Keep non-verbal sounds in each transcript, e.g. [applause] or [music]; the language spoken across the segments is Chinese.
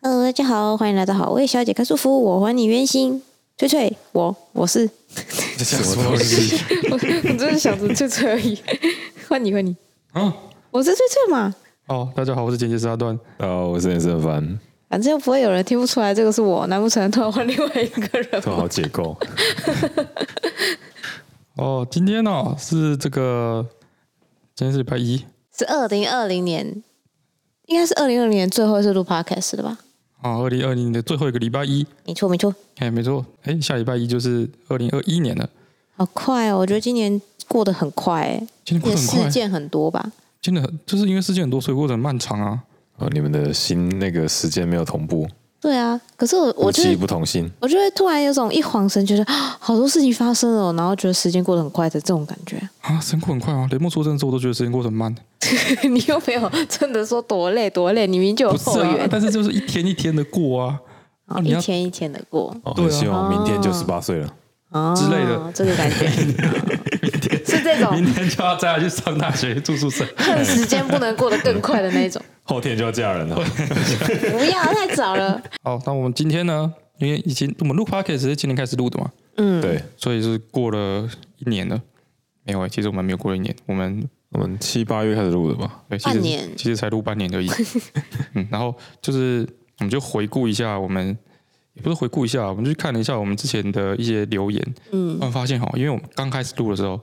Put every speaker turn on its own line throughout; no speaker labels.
Hello，大家好，欢迎来到好味小姐开束缚，我还你原形。翠翠，我我是，
这叫什么东西？
[laughs] 我真的想着翠翠而已。 [laughs] 换你换你，
啊
嗯，
我是翠翠嘛，
哦，大家好，我是剪辑师阿段。
[laughs] 哦，我是严胜凡，
反正又不会有人听不出来这个是我，难不成突然换另外一个人
做好解构。
[laughs] 哦，今天呢、是这个，今天是礼拜一
是二零二零年，应该是二零二零年最后一次录 podcast 的吧？
啊，二零二零的最后一个礼拜一。
没错没错，
哎，没错，哎，下礼拜一就是二零二一年了。
好快哦！我觉得今年过得很快、欸，
今天过
也
得很
事
快，
件很多吧？
真的很，就是因为事件很多，所以过得很漫长啊。
哦，你们的心那个时间没有同步，
对啊，可是我
不
我觉得
期不同心。
我就会突然有种一晃神，觉得 [gasps] 啊好多事情发生了哦，然后觉得时间过得很快的这种感觉。
啊，时间过得很快啊！雷梦说真的是，我都觉得时间过得很慢。
[laughs] 你又没有真的说多累多累，你明明就有
不是
后
啊
援，，
但是就是一天一天的过啊
然后
你
哦一
要
天一天的过
哦，
对啊
很希望明天就
哦
十八岁了。
啊
[laughs] 之类的
这个感
[laughs]
觉是这种
明天就要再去上大学住宿舍。
恨时间不能过得更快的那种。
后天就要嫁人
[laughs]
了，
不要太早了，
好，那我们今天呢，因为已经我们录 podcast 是今天开始录的嘛，
[laughs] 嗯，
[laughs] 对
所以是过了一年了。没有哎、其实我们没有过一年，我们呃
我们七八月开始录的吧？
对，其
半
实
年
其实才录半
[laughs]
年而已。嗯，然后就是我们就回顾一下我们。也不是回顾一下，我们就去看了一下我们之前的一些留言，
嗯
突然发现哈，因为我们刚开始录的时候，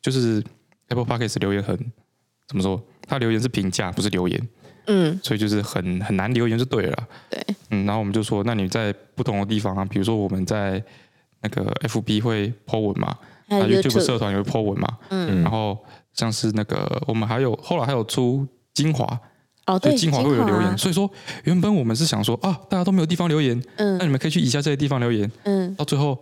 就是 Apple Podcast 留言很怎么说？它留言是评价，不是留言，
嗯，
所以就是很很难留言就对了啦。
对，
嗯，然后我们就说，那你在不同的地方啊，比如说我们在那个 FB 会 po 文嘛，
还有
啊 YouTube
YouTube
社团也会 po 文嘛，
嗯
然后像是那个我们还有后来还有出精华，
哦，
所
对，
以精华会有留言，所以说原本我们是想说啊，大家都没有地方留言，那
嗯
你们可以去以下这些地方留言，
嗯，
到最后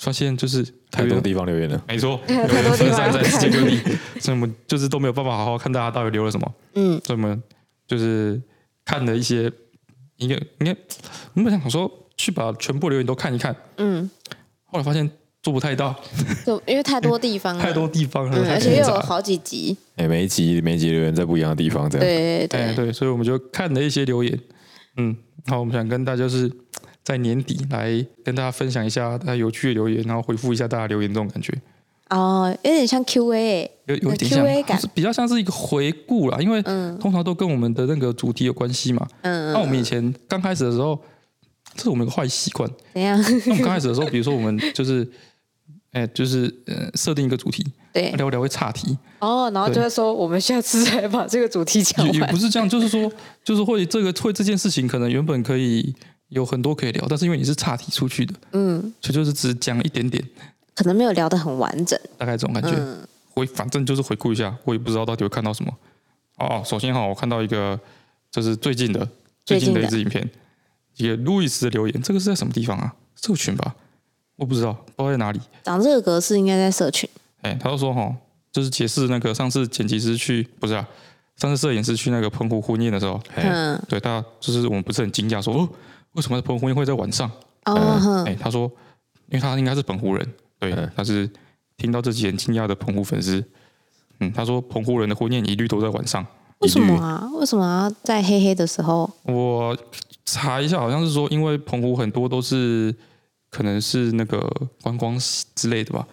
发现就是
太多，地方留言了，
没 [laughs] 错，留
太多
言
地
分
方
散在
要
世
看
界各地，所以我们就是都没有办法好好看大家到底留了什么。
嗯，
所以我们就是看了一些，应该应该，我们想说去把全部留言都看一看，
嗯，
后来发现做不太到，
就因为太多地方了，
[laughs] 太多地方了，
嗯，
太
而且
复
又
杂
有
了。
好几集，
哎，每一集每一集留言在不一样的地方，这样。
对对
哎，
对，
对，所以我们就看了一些留言，嗯，然后我们想跟大家就是在年底来跟大家分享一下大家有趣的留言，然后回复一下大家留言这种感觉，
哦，有点像 Q&A，
有有
那
点像
Q&A 感
是比较像是一个回顾啦，因为
嗯
通常都跟我们的那个主题有关系嘛。
嗯，
那我们以前刚开始的时候，这是我们一个坏习惯，
怎样？ [laughs]
那我们刚开始的时候，比如说我们就是，哎、就是呃，设定一个
[laughs]
主题，
对，
聊一聊会岔题，
哦，然后就
对
会说我们下次再把这个主题讲
也也
完
不。是这样，就是说，就是会这个会这件事情，可能原本可以有很多可以聊，但是因为你是岔题出去的，
嗯，
所以就是只讲一点点，
可能没有聊得很完整。
大概这种感觉。
嗯
回反正就是回顾一下，我也不知道到底会看到什么。哦，首先哈，我看到一个就是最近的
最
最
近
近
的
的一支影片，一个路易斯的留言，这个是在什么地方啊？社群吧，我不知道，不知道在哪里。
长这个格式应该在社群。
哎、他就说哈，就是解释那个上次剪辑师去不是啊，上次摄影师去那个澎湖婚宴的时候，
哎，
嗯，
对他就是我们不是很惊讶说哦，为什么澎湖婚宴会在晚上？
哦，
哎、
哼
他说，因为他应该是澎湖人，对，
嗯
他是听到这几很惊讶的澎湖粉丝，嗯，他说澎湖人的婚宴一律都在晚上。
为什么啊？为什么要在黑黑的时候？
我查一下，好像是说，因为澎湖很多都是可能是那个观光之类的吧，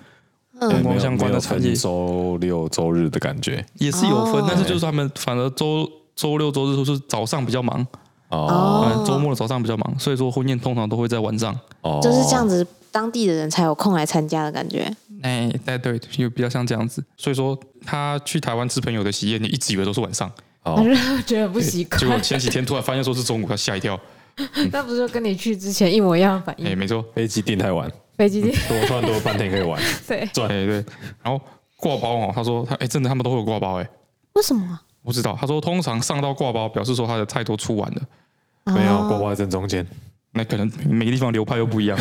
哎
嗯，
观
没
光
有
相关
没有
的产业
分周六周日的感觉
也是有分，
哦
但是就是他们反而周周六周日都是早上比较忙，
哦
嗯，周末的早上比较忙，所以说婚宴通常都会在晚上。
哦，
就是这样。子，当地的人才有空来参加的感觉。
哎，对对，有比较像这样子。所以说他去台湾吃朋友的喜宴，你一直以为都是晚上，
哦，
觉得很不习
结果
惯，
前几天突然发现说是中午，他吓一跳。
[laughs] 那不是就跟你去之前一模一样的反
哎，
应？
没错，
飞机订太晚，
飞机店
我突然多了半天可
[laughs]
以玩。
哦
[laughs] 对，
哎对。然后挂包哦，他说他哎，真的他们都会有挂包哎，
为什么
不知道。他说哎通常上到挂包，表示说他的菜都出完了。
啊？
没有，
哦
国外正中间。
那可能每个地方流派又不一样，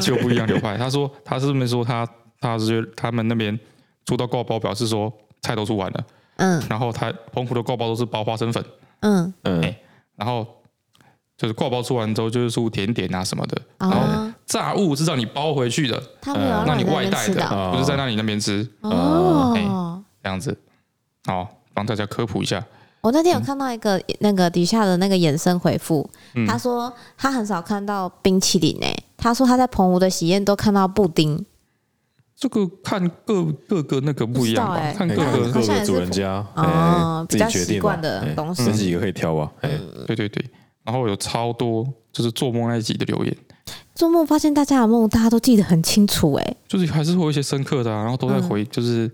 就不一样流派。他说他是没说他他是觉得他们那边出到挂包，表示说菜都出完了，
嗯
然后他澎湖的挂包都是包花生粉，
嗯
嗯
哎，然后就是挂包出完之后就是出甜点啊什么的，然后
哦，
炸物是让你包回去的，
他们有
呃
让
让你
在那
外
边
带呃哎
吃
的
到
哦，
不是在那里那边吃
哦
这样子。好，帮大家科普一下。
我那天有看到一个、那个底下的那个衍生回复，
嗯
他说他很少看到冰淇淋诶、欸他说他在澎湖的喜宴都看到布丁，
这个看各各个那个不一样
不
吧，
知道欸
看各
哎看
个
好
各
像也
个
是
主人家
哦
哎
比
自
较
己决
习
定
惯
嘛
的
哎
东
这
西嗯
几个可以挑吧，哎，
对对对，然后有超多就是做梦那一集的留言，
做梦发现大家的梦大家都记得很清楚欸诶、
就是还是会有一些深刻的、啊，然后都在回，就是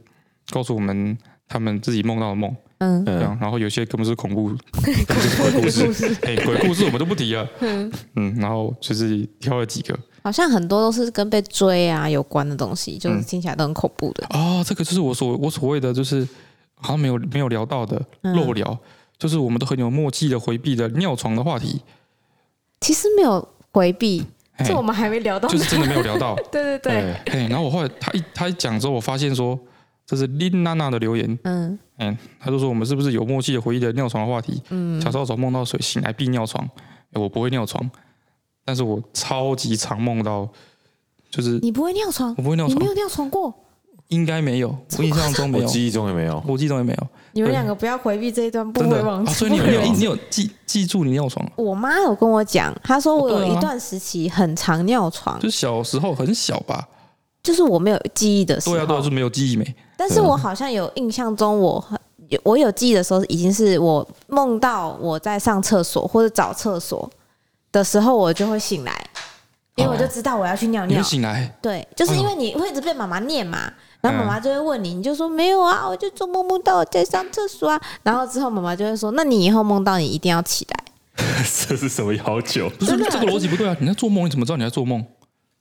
告诉我们他们自己梦到的梦，
嗯，
这
嗯
样，然后有些根本是恐怖，根本就是鬼故 [laughs] 事，哎，鬼故事我们都不提了，嗯，然后就是挑了几个，
好像很多都是跟被追啊有关的东西，就是
嗯
听起来都很恐怖的。
哦，这个就是我所我所谓的，就是好像没有没有聊到的
嗯
漏聊，就是我们都很有默契的回避的尿床的话题，
其实没有回避，
嘿
这我们还没聊到
哎就
呢。
是真的没有聊到。
对对对，
哎
哎、然后我后来他一他一讲之后，我发现说这是林娜娜的留言，
嗯
嗯、他就说我们是不是有默契的回忆的尿床的话题？
嗯
小时候总梦到水，醒来必尿床。哎我不会尿床，但是我超级常梦到，就是
你不会尿床，
我不会尿
你
床
没，有尿床过，
应该没有，我印象中没
我
有，
记忆中也没
[laughs]
有，
我记得也没有，
你们两个不要回避这一段，不
真
会
的啊，
忘记。
所以你有
不
你
会
有
忘记
你有记记住你尿床，啊
我妈有跟我讲，她说我有
对啊
一段时期很常尿床，
就是小时候很小吧？
就是我没有记忆的时候。
对啊，对啊，就是没有记忆没。
但是我好像有印象中我，有我有记忆的时候，已经是我梦到我在上厕所或者找厕所的时候，我就会醒来，因为我就知道我要去尿
你
尿。
会醒来，
对，就是
嗯
因为你会一直被妈妈念嘛，然后妈妈就会问你，你就说没有啊，我就做梦梦到我在上厕所啊。然后之后妈妈就会说，那你以后梦到你一定要起来。
这是什么要求？
不是这个逻辑不对啊！你在做梦，你怎么知道你在做梦？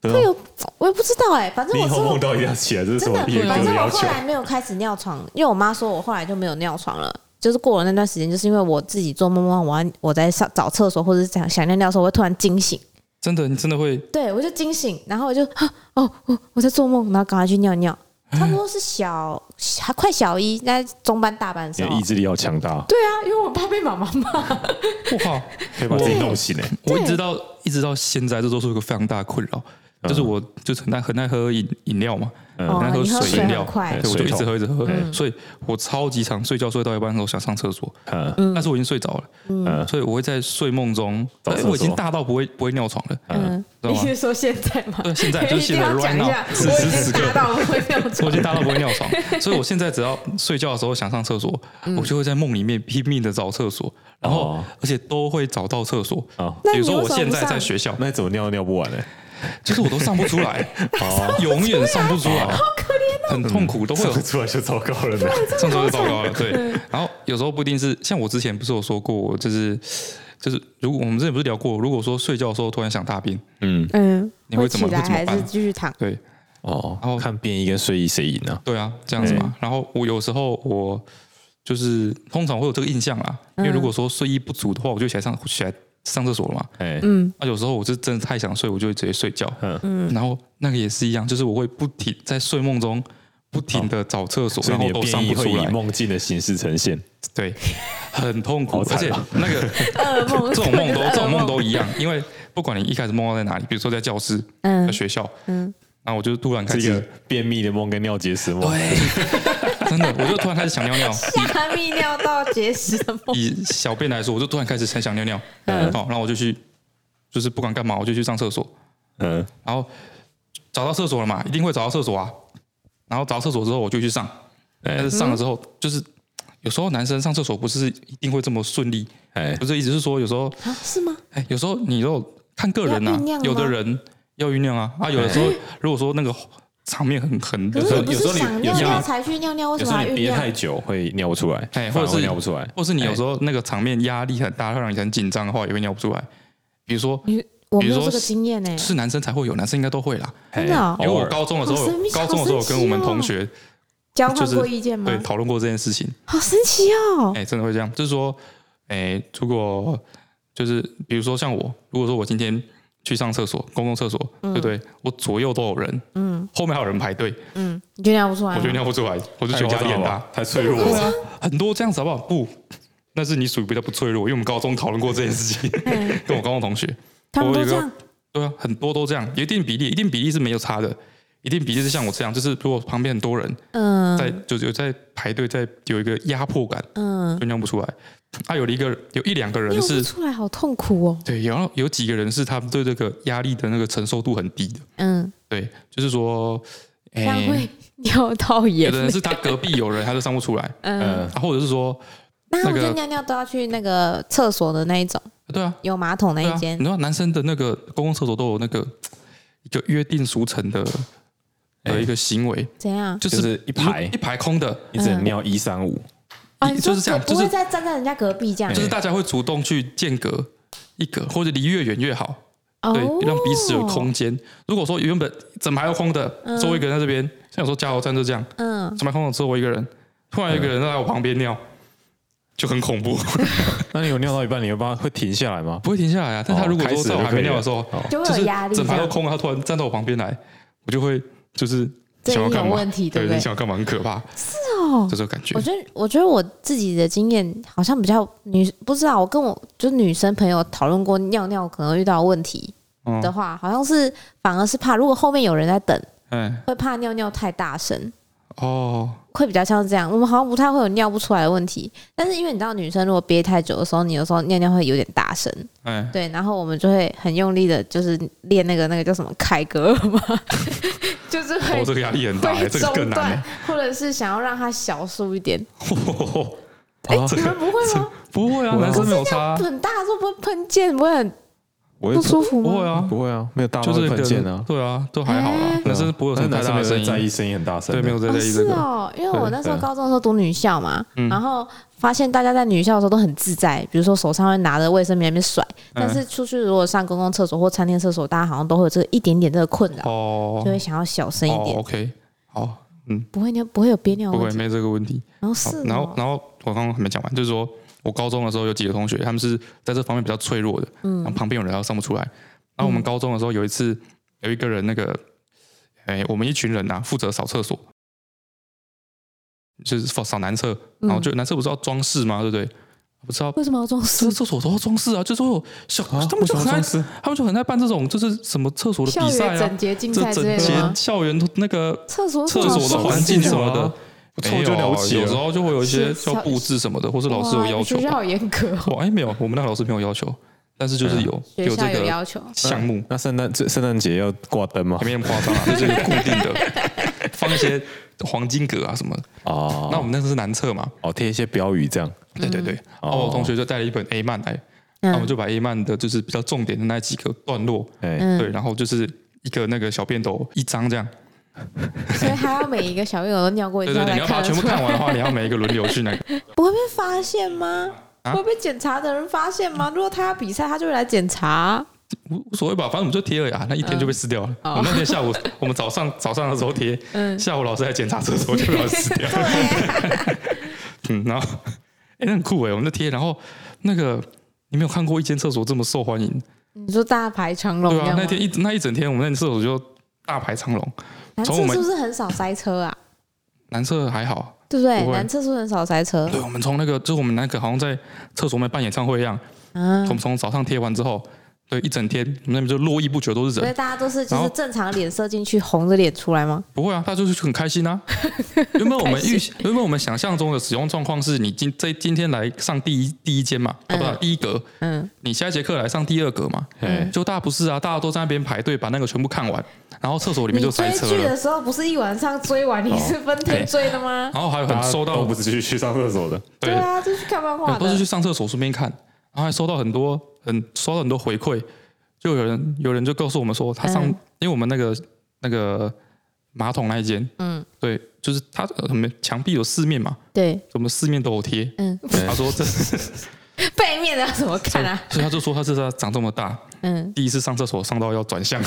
会有，我也不知道哎、反正
嗯啊你
我
以
是
后梦到一定要起来，这是什
真
么
的，
严
反
格
正
的
我
要
后
求？
来没有开始尿床，因为我妈说我后来就没有尿床了。就是过了那段时间，就是因为我自己做梦梦，我要我在上找厕所或者是想想尿尿的时候，我会突然惊醒，
真的，你真的会
对我就惊醒，然后我就 [gasps] 啊哦我我在做梦，然后赶快去尿尿，
哎
差不多是小还快小一，在中班大班的
你
时
的
候
意，志力要强大，
对啊，因为我怕被妈妈骂。
我靠！
可以把自己弄醒诶。欸
我一直到一直到现在，这都是一个非常大的困扰，就是我就是很爱很爱喝饮饮料嘛，
嗯
很爱
哦，你喝
水
水
饮
很
料，
快
对，
对我就一
水桶
直喝一直喝，所以我超级常睡觉睡到一半的时候想上厕所，
嗯
但是我已经睡着了，
嗯，
所以我会在睡梦中，
找
哎
厕所
我已经大到不会不会尿床了，
嗯，
知道
你
吗？
是说现在吗？
对啊现在就是
[laughs]
现
一定
在
要讲
right
一
now，
下
此
我
时
已
此
经
刻
大到我会尿
我已
床。
经大到不会尿 [laughs] 床，所以我现在只要睡觉的时候想上厕所，我就会在梦里面拼命的找厕所，然后
哦
而且都会找到厕所。
好，
那
比
你
如说
为
我
什么
现
不
在在
上
学校，
那怎么尿尿不完呢？欸
就是我都上不出 [laughs] 来，永远上不出来， [laughs] 好可怜，哦很痛
[laughs]
苦，都会有
不出来就糟糕了呢。
上周就糟糕了，对。然后有时候不一定是像我之前不是有说过，就是就是如果我们之前不是聊过，如果说睡觉的时候突然想大便，
嗯，
嗯，
你会怎么
起来
会怎么
还
办
是继续
[laughs]
[laughs]
躺？
对
哦，
然后
看便衣跟睡衣谁赢啊？
对啊，这样子嘛。然后我有时候我就是通常会有这个印象啦，
嗯
因为如果说睡意不足的话，我就起来上起来上厕所了嘛。
哎，
那有时候我是真的太想睡，我就会直接睡觉。
嗯
嗯，然后那个也是一样，就是我会不停在睡梦中不停的找厕所，
哦所以
然后
你的
都上
便
不
衣会
出
以
来，
梦境的形式呈现。
对，很痛苦
好，
而
惨
且
啊
那个
噩梦，
这种梦都
[laughs] 真的
这
是噩
种梦都一样，因为不管你一开始梦到在哪里，比如说在教室、在
嗯
学校，
嗯，
然后我就突然开
这个
始，
便秘的梦跟尿结石梦，
[laughs] 真的，我就突然开始想尿尿。
大泌尿道结石的梦，
[laughs] 以小便来说，我就突然开始很想尿尿，
嗯
好，然后我就去，就是不管干嘛，我就去上厕所，
嗯，
然后找到厕所了嘛，一定会找到厕所啊。然后找到厕所之后，我就去上，但
哎
是上了之后，就是有时候男生上厕所不是一定会这么顺利，
哎
不是，意思是说有时候
啊是吗？
哎，有时候你如果看个人呐、
要酝酿
啊
吗，
有的人要酝酿啊，
哎
啊，有的时候如果说那个场面很很，
可
有时
是
候
你不
有时
是
候你
想
有
尿
时
尿
候，
才去尿尿，为什
有时
么
候
还
你
酝
憋
酿？
太久会尿不出来，
哎，
反
或
而
者
会
是
尿不出来。
或是你有时候那个场面压力很大，会让你很紧张的话，也会尿不出来。比如说
我没
比如
有
说
这个经验呢，
是男生才会有，男生应该都会啦。
真的哦
因为
偶
我
尔
高中的时候
好神秘
有，高中的时候
好
有
神
跟
奇
我们
哦嗯
同学
交换
就是
过意见吗
对？讨论过这件事情，
好神奇哦！
哎，真的会这样，就是说，哎，如果就是比如说像我，如果说我今天去上厕所，公共厕所，对不对？我左右都有人，嗯，后面还有人排队，
嗯，你觉得尿不出来
我
啊
吗？
觉得尿不出来，我就觉
太
得
夸
压力
张
很
了
大
吧，。太脆弱
对
了。
啊，很多这样子好不好？不，那是你属于比较不脆弱，因为我们高中讨论过这件事情，
嗯
跟我高中同学，
他们
我有
都
一
这
个
样，
对啊，很多都这样，有一定比例，一定比例是没有差的，一定比就是像我这样，就是如果旁边很多人
嗯
在，就有在排队，在有一个压迫感，
嗯，
就尿不出来。啊，有一个有一两个人
尿不
是，
出来好痛苦哦。
对，然后有几个人是他们对这个压力的那个承受度很低的，
嗯，
对，就是说，哎、
这样会尿到
有
眼
的人是他隔壁有人他就上不出来，
[laughs] 嗯，
啊，或者是说，
那他
那
们
个
就尿尿都要去那个厕所的那一种，
对啊，
有马桶那
对
一
啊，
间
你知。道男生的那个公共厕所都有那个一个约定俗成的的一个行为，
怎样？
就
就是
是
一排
一排空的，
你只能尿一三五，
啊，
一
你
就
说
是这样，
不
就
会
是
再站在人家隔壁这样
就？是大家会主动去间隔一格，或者离越远越好，
哦
对，让彼此有空间。如果说原本整排都空的，周围一个人在这边，像有时候加油站就这样，
嗯，
整排空的只有我一个人，突然有一个人在我旁边尿，就很恐怖，
那你有尿到一半，你会帮会停下来吗？
[laughs] 不会停下来啊。但他如果
哦开
说
始
在我还没尿的时候，
就
就会
可以了哦
就
有
是
压力这
整排都
样。
空了，他突然站到我旁边来，我就会就是
这
想要
也有
干嘛？
问题，对
对，
不对
你？想要干嘛很可怕，
哦
这，种感觉
我。觉得，我觉得我自己的经验好像比较女，不知道我跟我就女生朋友讨论过尿尿可能遇到的问题
嗯
的，话，好像是反而是怕如果后面有人在等，
哎，
会怕尿尿太大声，
哦，
会比较像这样。我们好像不太会有尿不出来的问题，但是因为你知道女生如果憋太久的时候，你有时候尿尿会有点大声，
哎，
对，然后我们就会很用力的，就是练那个那个叫什么凯格尔嘛，就是会
哦，这个压力很大，哎
会
这个更
中
难
断。，或者是想要让它小数一
[laughs]
点。
哎，
啊
这
你
个
们不会吗？
不会啊，
我
男生没有差啊，
很大的时候不会喷溅，不会很
我
不舒服
不会
吗？
啊，
不会啊，没有大
就
到会
是个
喷溅啊。
对啊，都还好啦
哎，
男生不会有什么
但
太
是
大
男生没
的声
有在意
音，
声音很大声
对，
的，
没有在在
哦，
意
是
这个，
哦，因为
对
我那时候
对
高中的时候读女校嘛，
嗯
然后发现大家在女校的时候都很自在，比如说手上会拿着卫生棉在那边甩，但
嗯
是出去如果上公共厕所或餐厅厕所，大家好像都会有这个一点点这个困扰，
哦
就会想要小声一
哦
点，哦
，OK，好，嗯，
不会尿，不会有憋尿
不
的
会
问题。
没这个问题。
然后
好
是哦，
然后然后我刚刚还没讲完，就是说我高中的时候有几个同学，他们是在这方面比较脆弱的，然
嗯
后旁边有人他上不出来。然后我们高中的时候有一次有一个人那个，哎，我们一群人啊负责扫厕所，就是扫扫男厕，
嗯
然后就男厕不是要装饰吗？对不对？不知道
为什么要装
这
饰？
厕所都要装饰啊，就是会有小、
啊
他们就
为什么
很爱
装饰，
他们就很爱办这种就是什么厕所的
校
比赛
园
啊
整，洁竞
这
赛之类
整
的
洁
吗？
校园那个
厕所
厕
怎么
所的
装
环
饰
境什
啊
么的，哎
不错就了不起
没有有时
了。
候就会有一些
是
要布置什么的，或是老师有
哇，
要求
学。校好严格哦。
哇，哎，没有，我们那个老师没有要求，但是就是有
嗯
学
这
校有
个
要求，
项目，
那圣诞这圣诞节要挂灯吗
还？没那么夸张
[laughs]
啊，就是有固定的，放一些黄金格啊什么的。
哦，
那我们那个是男厕嘛，
哦贴一些标语这样。
对对对。然
哦
后我同学就带了一本 A 漫来，然后我们
嗯
就把 A 漫的就是比较重点的那几个段落，
哎，
嗯
对，，然后就是一个那个小便斗一张这样，
所以他要每一个小朋友都尿过一
[laughs] 对
次，
对，对
才
你要把它
看得
全部
出来
看完的话，你要每一个轮流去
[laughs]
那个。
不会被发现吗？ [laughs]
啊
会被检查的人发现吗？如果他要比赛，他就会来检查。
无无所谓吧，反正我们就贴了呀，那一天就被撕掉了。
哦
我那天下午，我们早上早上的时候贴，
嗯
下午老师来检查厕所就把它撕掉。嗯，然后哎、那很酷哎，我们就贴，然后那个你没有看过一间厕所这么受欢迎，
你说大排长龙
对
这
啊
哦样，吗？
那天一那一整天我们那厕所就大排长龙，
男
从我
厕
们
是不是很少塞车啊？
男厕还好，
对不对？
不会
男厕是不是很少塞车
对，我们从那个就是我们那个好像在厕所里面办演唱会一样，
啊
我？们从早上贴完之后，对，一整天我们那边就络绎不绝都是
所以
人，
大家都是就
然后
是正常脸色进去，红着脸出来吗？
不会啊，他就是很
[laughs]
开心啊。原本我们预原本我们想象中的使用状况是你今这今天来上第一第一间嘛，啊不是、第一格，
嗯，
你下一节课来上第二格嘛。
哎，
就大家不是啊，大家都在那边排队把那个全部看完，然后厕所里面
你
就
追
塞车
剧的
了。
时候不是一晚上追完，你是分天追的吗？
然后还有
大
很
家
收到
都不是去去上厕所
[laughs]
的，
对
对，
啊，就去看漫画
都是去
的。
上厕所顺便看，然后还收到很多很收到很多回馈，就有人有人就告诉我们说他上，
嗯
因为我们那个那个马桶那一间，
嗯，
对，就是它呃我们墙壁有四面嘛，
对，
我们四面都有贴，
嗯，
他说这
背面的要怎么 [laughs] 看啊？
所以他就说他这次长这么大，
嗯，
第一次上厕所上到要
[laughs]
转向，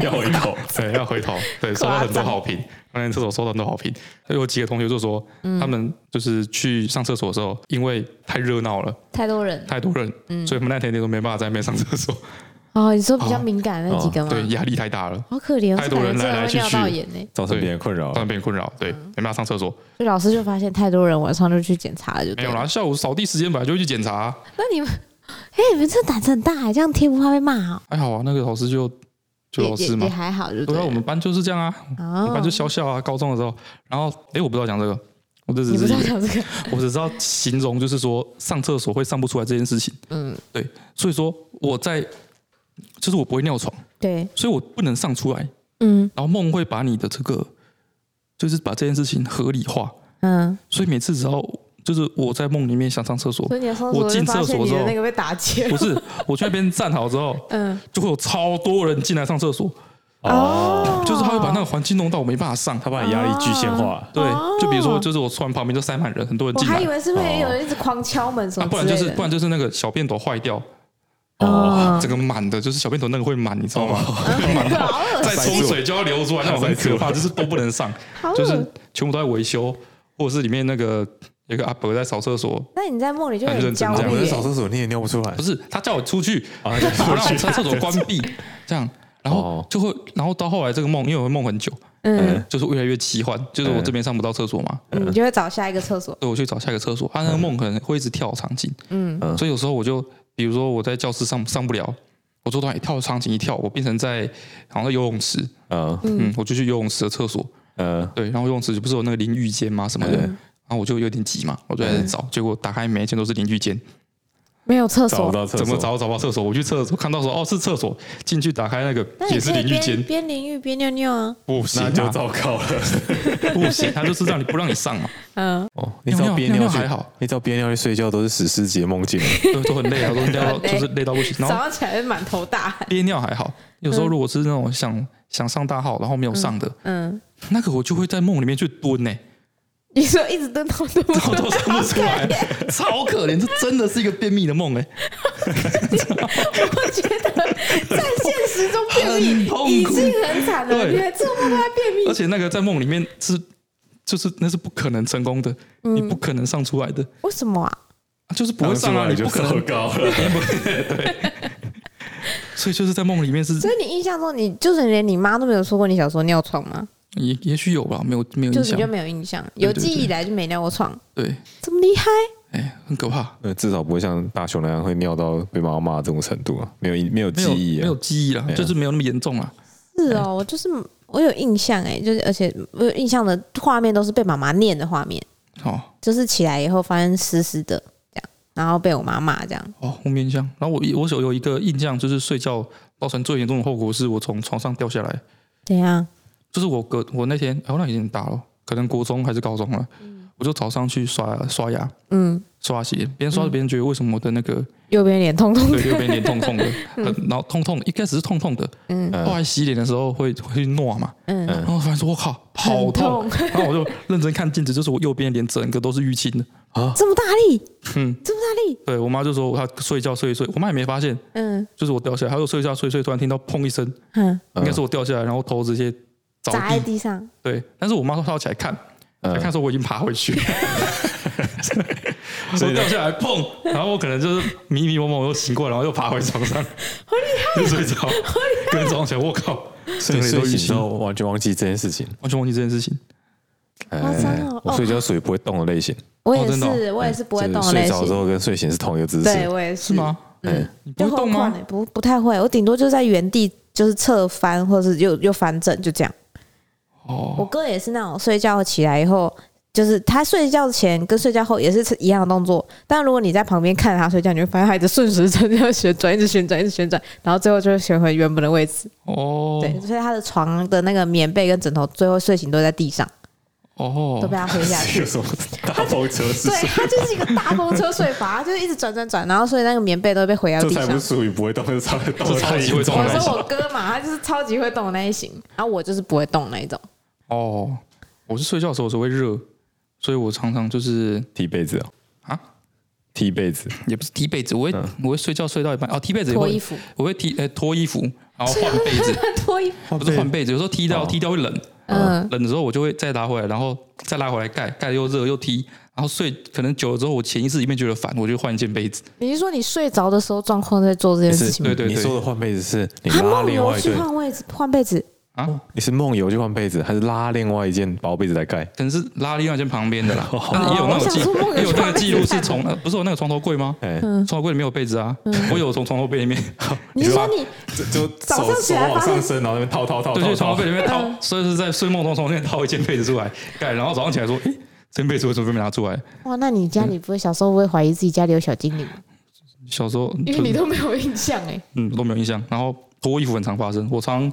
要回头。
对，要回头，对，收
夸张
到很多好评，那间厕所收到很多好评。有几个同学就说，
嗯
他们就是去上厕所的时候，因为太热闹了，
太多人
太多人，
嗯
所以我们那天都没办法在那边上厕所，
哦。你说比较敏感的那几个
哦对，
吗？
压力太大了，
好可怜，
太多人
我感觉
来来去去
真的会尿到眼呢。
造成别人困扰
让，人变困扰，对，
嗯
没办法上厕所。
所以老师就发现太多人，晚上就去检查了，就
没
对
有
了。
啦，下午扫地时间本来就会去检查，
[laughs] 欸那你们，哎，你们这胆子很大，这样贴不怕被骂啊？
还好啊，那个老师就就
也
老
也
师嘛
也，还好，就
对啊，我们班就是这样啊，我们班
哦
就，小小啊，高中的时候，然后哎，我不知道讲这个，我这
你不
只是
知道讲这个，
我只知道形容就是说上厕所会上不出来这件事情，
嗯，
对，所以说我在就是我不会尿床，
对，
所以我不能上出来，
嗯
然后梦会把你的这个就是把这件事情合理化，
嗯，
所以每次只要就是我在梦里面想上厕所
所，以你的上厕
我
所
进
就发
厕
现
所
你
之
的
后
那个被打结
不，是我去那边站好之后，
[laughs] 嗯，
就会有超多人进来上厕所，
哦，
就是他会把那个环境弄到我没办法上，
他把你压力具现化，
哦
对，就比如说就是我突然旁边就塞满人，很多人
我
进
还
来哦
以。为是会有人一直狂敲门什
啊，
么
不然
之
就是
类
不
的，
然就是那个小便斗坏掉，
哦，
整个满的，就是小便斗那个会满，你知道吗？ [laughs]
[laughs]
满到
啊好恶
再
心，
冲水就要流出来，那种很可怕，就是都不能上，
[laughs] 好恶
就是全部都在维修，或者是里面那个有一个阿伯在扫厕所，
那你在梦里就
很
很
认真
焦
这样
我在
虑
扫
耶，
厕所你也尿不出来
不，是他叫我出去，
啊，你
不
出
让
去
我厕厕所关
[laughs]
闭，这样，然后
哦
就会，然后到后来这个梦，因为我会梦很久，
嗯，
嗯
就是越来越奇幻，就是
哎
我这边上不到厕所嘛，
你就会找下一个厕所，
所以我去找下一个厕所，啊他那个梦可能会一直跳场景，
嗯
嗯
所以有时候我就，比如说我在教室上上不了，我做到一跳场景一跳，我变成在好像在游泳池，
嗯
嗯，我就去游泳池的厕所，
嗯，
对，然后游泳池就不是有那个淋浴间吗？什么的，然后我就有点急嘛，我就开始找，结果打开每一间都是淋浴间，
没有厕
找
所，
不到厕所，
怎么找都找不到厕所？我去厕所看到说哦是厕所，进去打开那个
那
也
你
是
可以
淋浴
边
间，
边淋浴边尿尿啊。
不行、
那
啊，
就糟糕了。
不行，他就是让你不让你上嘛，
嗯，
哦，你知道憋
尿
尿
尿
去
还好，
你知道憋尿去睡觉都是史诗级的梦境吗，
都都很累啊，都累到
很累
就是累到不行，然
早
后
上起来满头大汗，
憋尿还好，有时候如果是那种想想上大号然后没有上的，
嗯，
那个我就会在梦里面去
[laughs]
蹲呢、
你说一直蹲头蹲不
然后
出
都上不出来，超可怜，这真的是一个便秘的梦哎、
我觉得在现实中便秘
很痛苦
已经很惨了，
对
你还这么怕便秘
而？且那个在梦里面是就是那是不可能成功的，
嗯
你不可能上出来的，
为什么啊？
啊就是 [laughs] 不会上啊，
[laughs] 当
你
出来
不
就
可
糟
能，
糕
[laughs]
了。
所以就是在梦里面是
所以你印象中，你就是连你妈都没有说过你小时候尿床吗？
也也许有吧，没有没有
就
印
是
象
你就，没有印象，
对
有
对
记忆以来就没尿过床，
对，
这么厉害？
哎，很可怕，
呃，至少不会像大雄那样会尿到被妈妈骂这种程度啊，没有没有
没
记
有
忆
没
啊
有，记忆啦，
对啊
就是没有那么严重啦。
是哦，我就是我有印象哎，就是而且我有印象的画面都是被妈妈念的画面，
哦
就是起来以后发现湿湿的这样，然后被我妈骂这样。
哦，我没印象。然后我我有有一个印象，就是睡觉造成最严重的后果是我从床上掉下来，
怎样？
就是我隔我那天，哦，那已经很大了，可能国中还是高中了，我就早上去刷刷牙、
嗯，
刷洗脸，边刷边觉得为什么我的那个、
右边脸痛痛
对
的。
右边脸痛
[laughs]
痛的，很然后痛痛，一开始是痛痛的，
嗯
后来洗脸的时候会会糯嘛，
嗯，
然后我发现说我靠，好
很痛，
痛，[laughs] 然后我就认真看镜子，就是我右边脸整个都是淤青的，
这么大力，
嗯，
这么大力，
对我妈就说她睡觉睡一睡，我妈也没发现，
嗯
就是我掉下来，她就睡觉睡一睡，突然听到砰一声。
嗯，
嗯
应该是我掉下来，然后头直接着
砸在
地。
地上，
对，但是我妈说她要起来看，她
嗯
看的时候我已经爬回去，所 [laughs] 以掉下来砰，然后我可能就是迷迷蒙蒙又醒过来，然后又爬回床上， [laughs] 好厉害、睡着，可能早上起来我靠，
所以
整个
睡
都淤
醒之
青， [laughs]
后完全忘记这件事情。
完全忘记这件事情。
夸张
哎
哦
我睡觉属于不会动的类型，
我也
真的哦
是，我也是不会动
就
的
是
类
睡着之
型，
后跟睡醒是同一个姿
对
势。
我也是
是？吗？
嗯，
你不
就
会
晃
动吗
晃？欸不不太会，我顶多就在原地就是侧翻，或者是又又翻正，就这样。我
哦，
哥也是那种睡觉起来以后，就是他睡觉前跟睡觉后也是一样的动作，但如果你在旁边看他睡觉，你会发现他一直顺时针这 [laughs] 样旋转，一直旋转，一直旋转，然后最后就会旋回原本的位置。
哦，
对，所以他的床的那个棉被跟枕头，最后睡醒都在地上，都被
哦，
他推下去。
[laughs] 有什么大风车 [laughs]
[laughs]
是
对
谁？
他就是一个大风车睡法，他就是一直转转转，然后所以那个棉被都被回到
这
地
才不
上
是。属于不会动，这超动
这
得
超
太
级
严
会动
重
我
的
了。
说我哥嘛，他就是超级会动的那一型，然后我就是不会动那一种。
哦，我是睡觉的时候我是会热，所以我常常就是
踢被子哦
啊，
踢被子，
也不是踢被子，我会我会睡觉睡到一半，哦，踢被子也
脱衣
会，
服，
我会踢呃脱衣服，然后
啊
换被
[laughs]
子，
[laughs] 脱衣服，
不是换被子，有时候踢到
哦
踢掉会冷，
嗯，
冷的时候我就会再拉回来，然后再拉回来盖，盖又热又踢，然后睡可能久了之后，我潜意识里面觉得烦，我就换一件被子。
你是说你睡着的时候状况在做这件事情吗？
对对对
你说的换被子是你
他
拉
梦
另
游
外一
去
对，
换位置，换被子，
啊，
你是梦游去换被子，还是拉另外一件薄被子来盖？
可能是拉另外一间旁边的啦，但是也有那
哦我
种
想
记
说梦游，
也有那
床
个
被
记录是从呃不是有那个床头柜吗？
哎、
床头柜里面有被子啊，我有从床头柜里面，
嗯
[laughs]
你
啊
是说你
就就
早
手
上
手
起来
往
发现
上升，然后那边套套套
对，就
套
是床头
套
柜，里面
嗯
掏，所以是在睡梦中从里面掏一件被子出来盖，然后早上起来说，诶，这件被子为什么被拿出来？
哇？那你家里不会小时候不会怀疑自己家里有小精灵吗？
小时候
因为你都没有印象
欸
哎、
嗯都没有印象，然后脱衣服很常发生，我常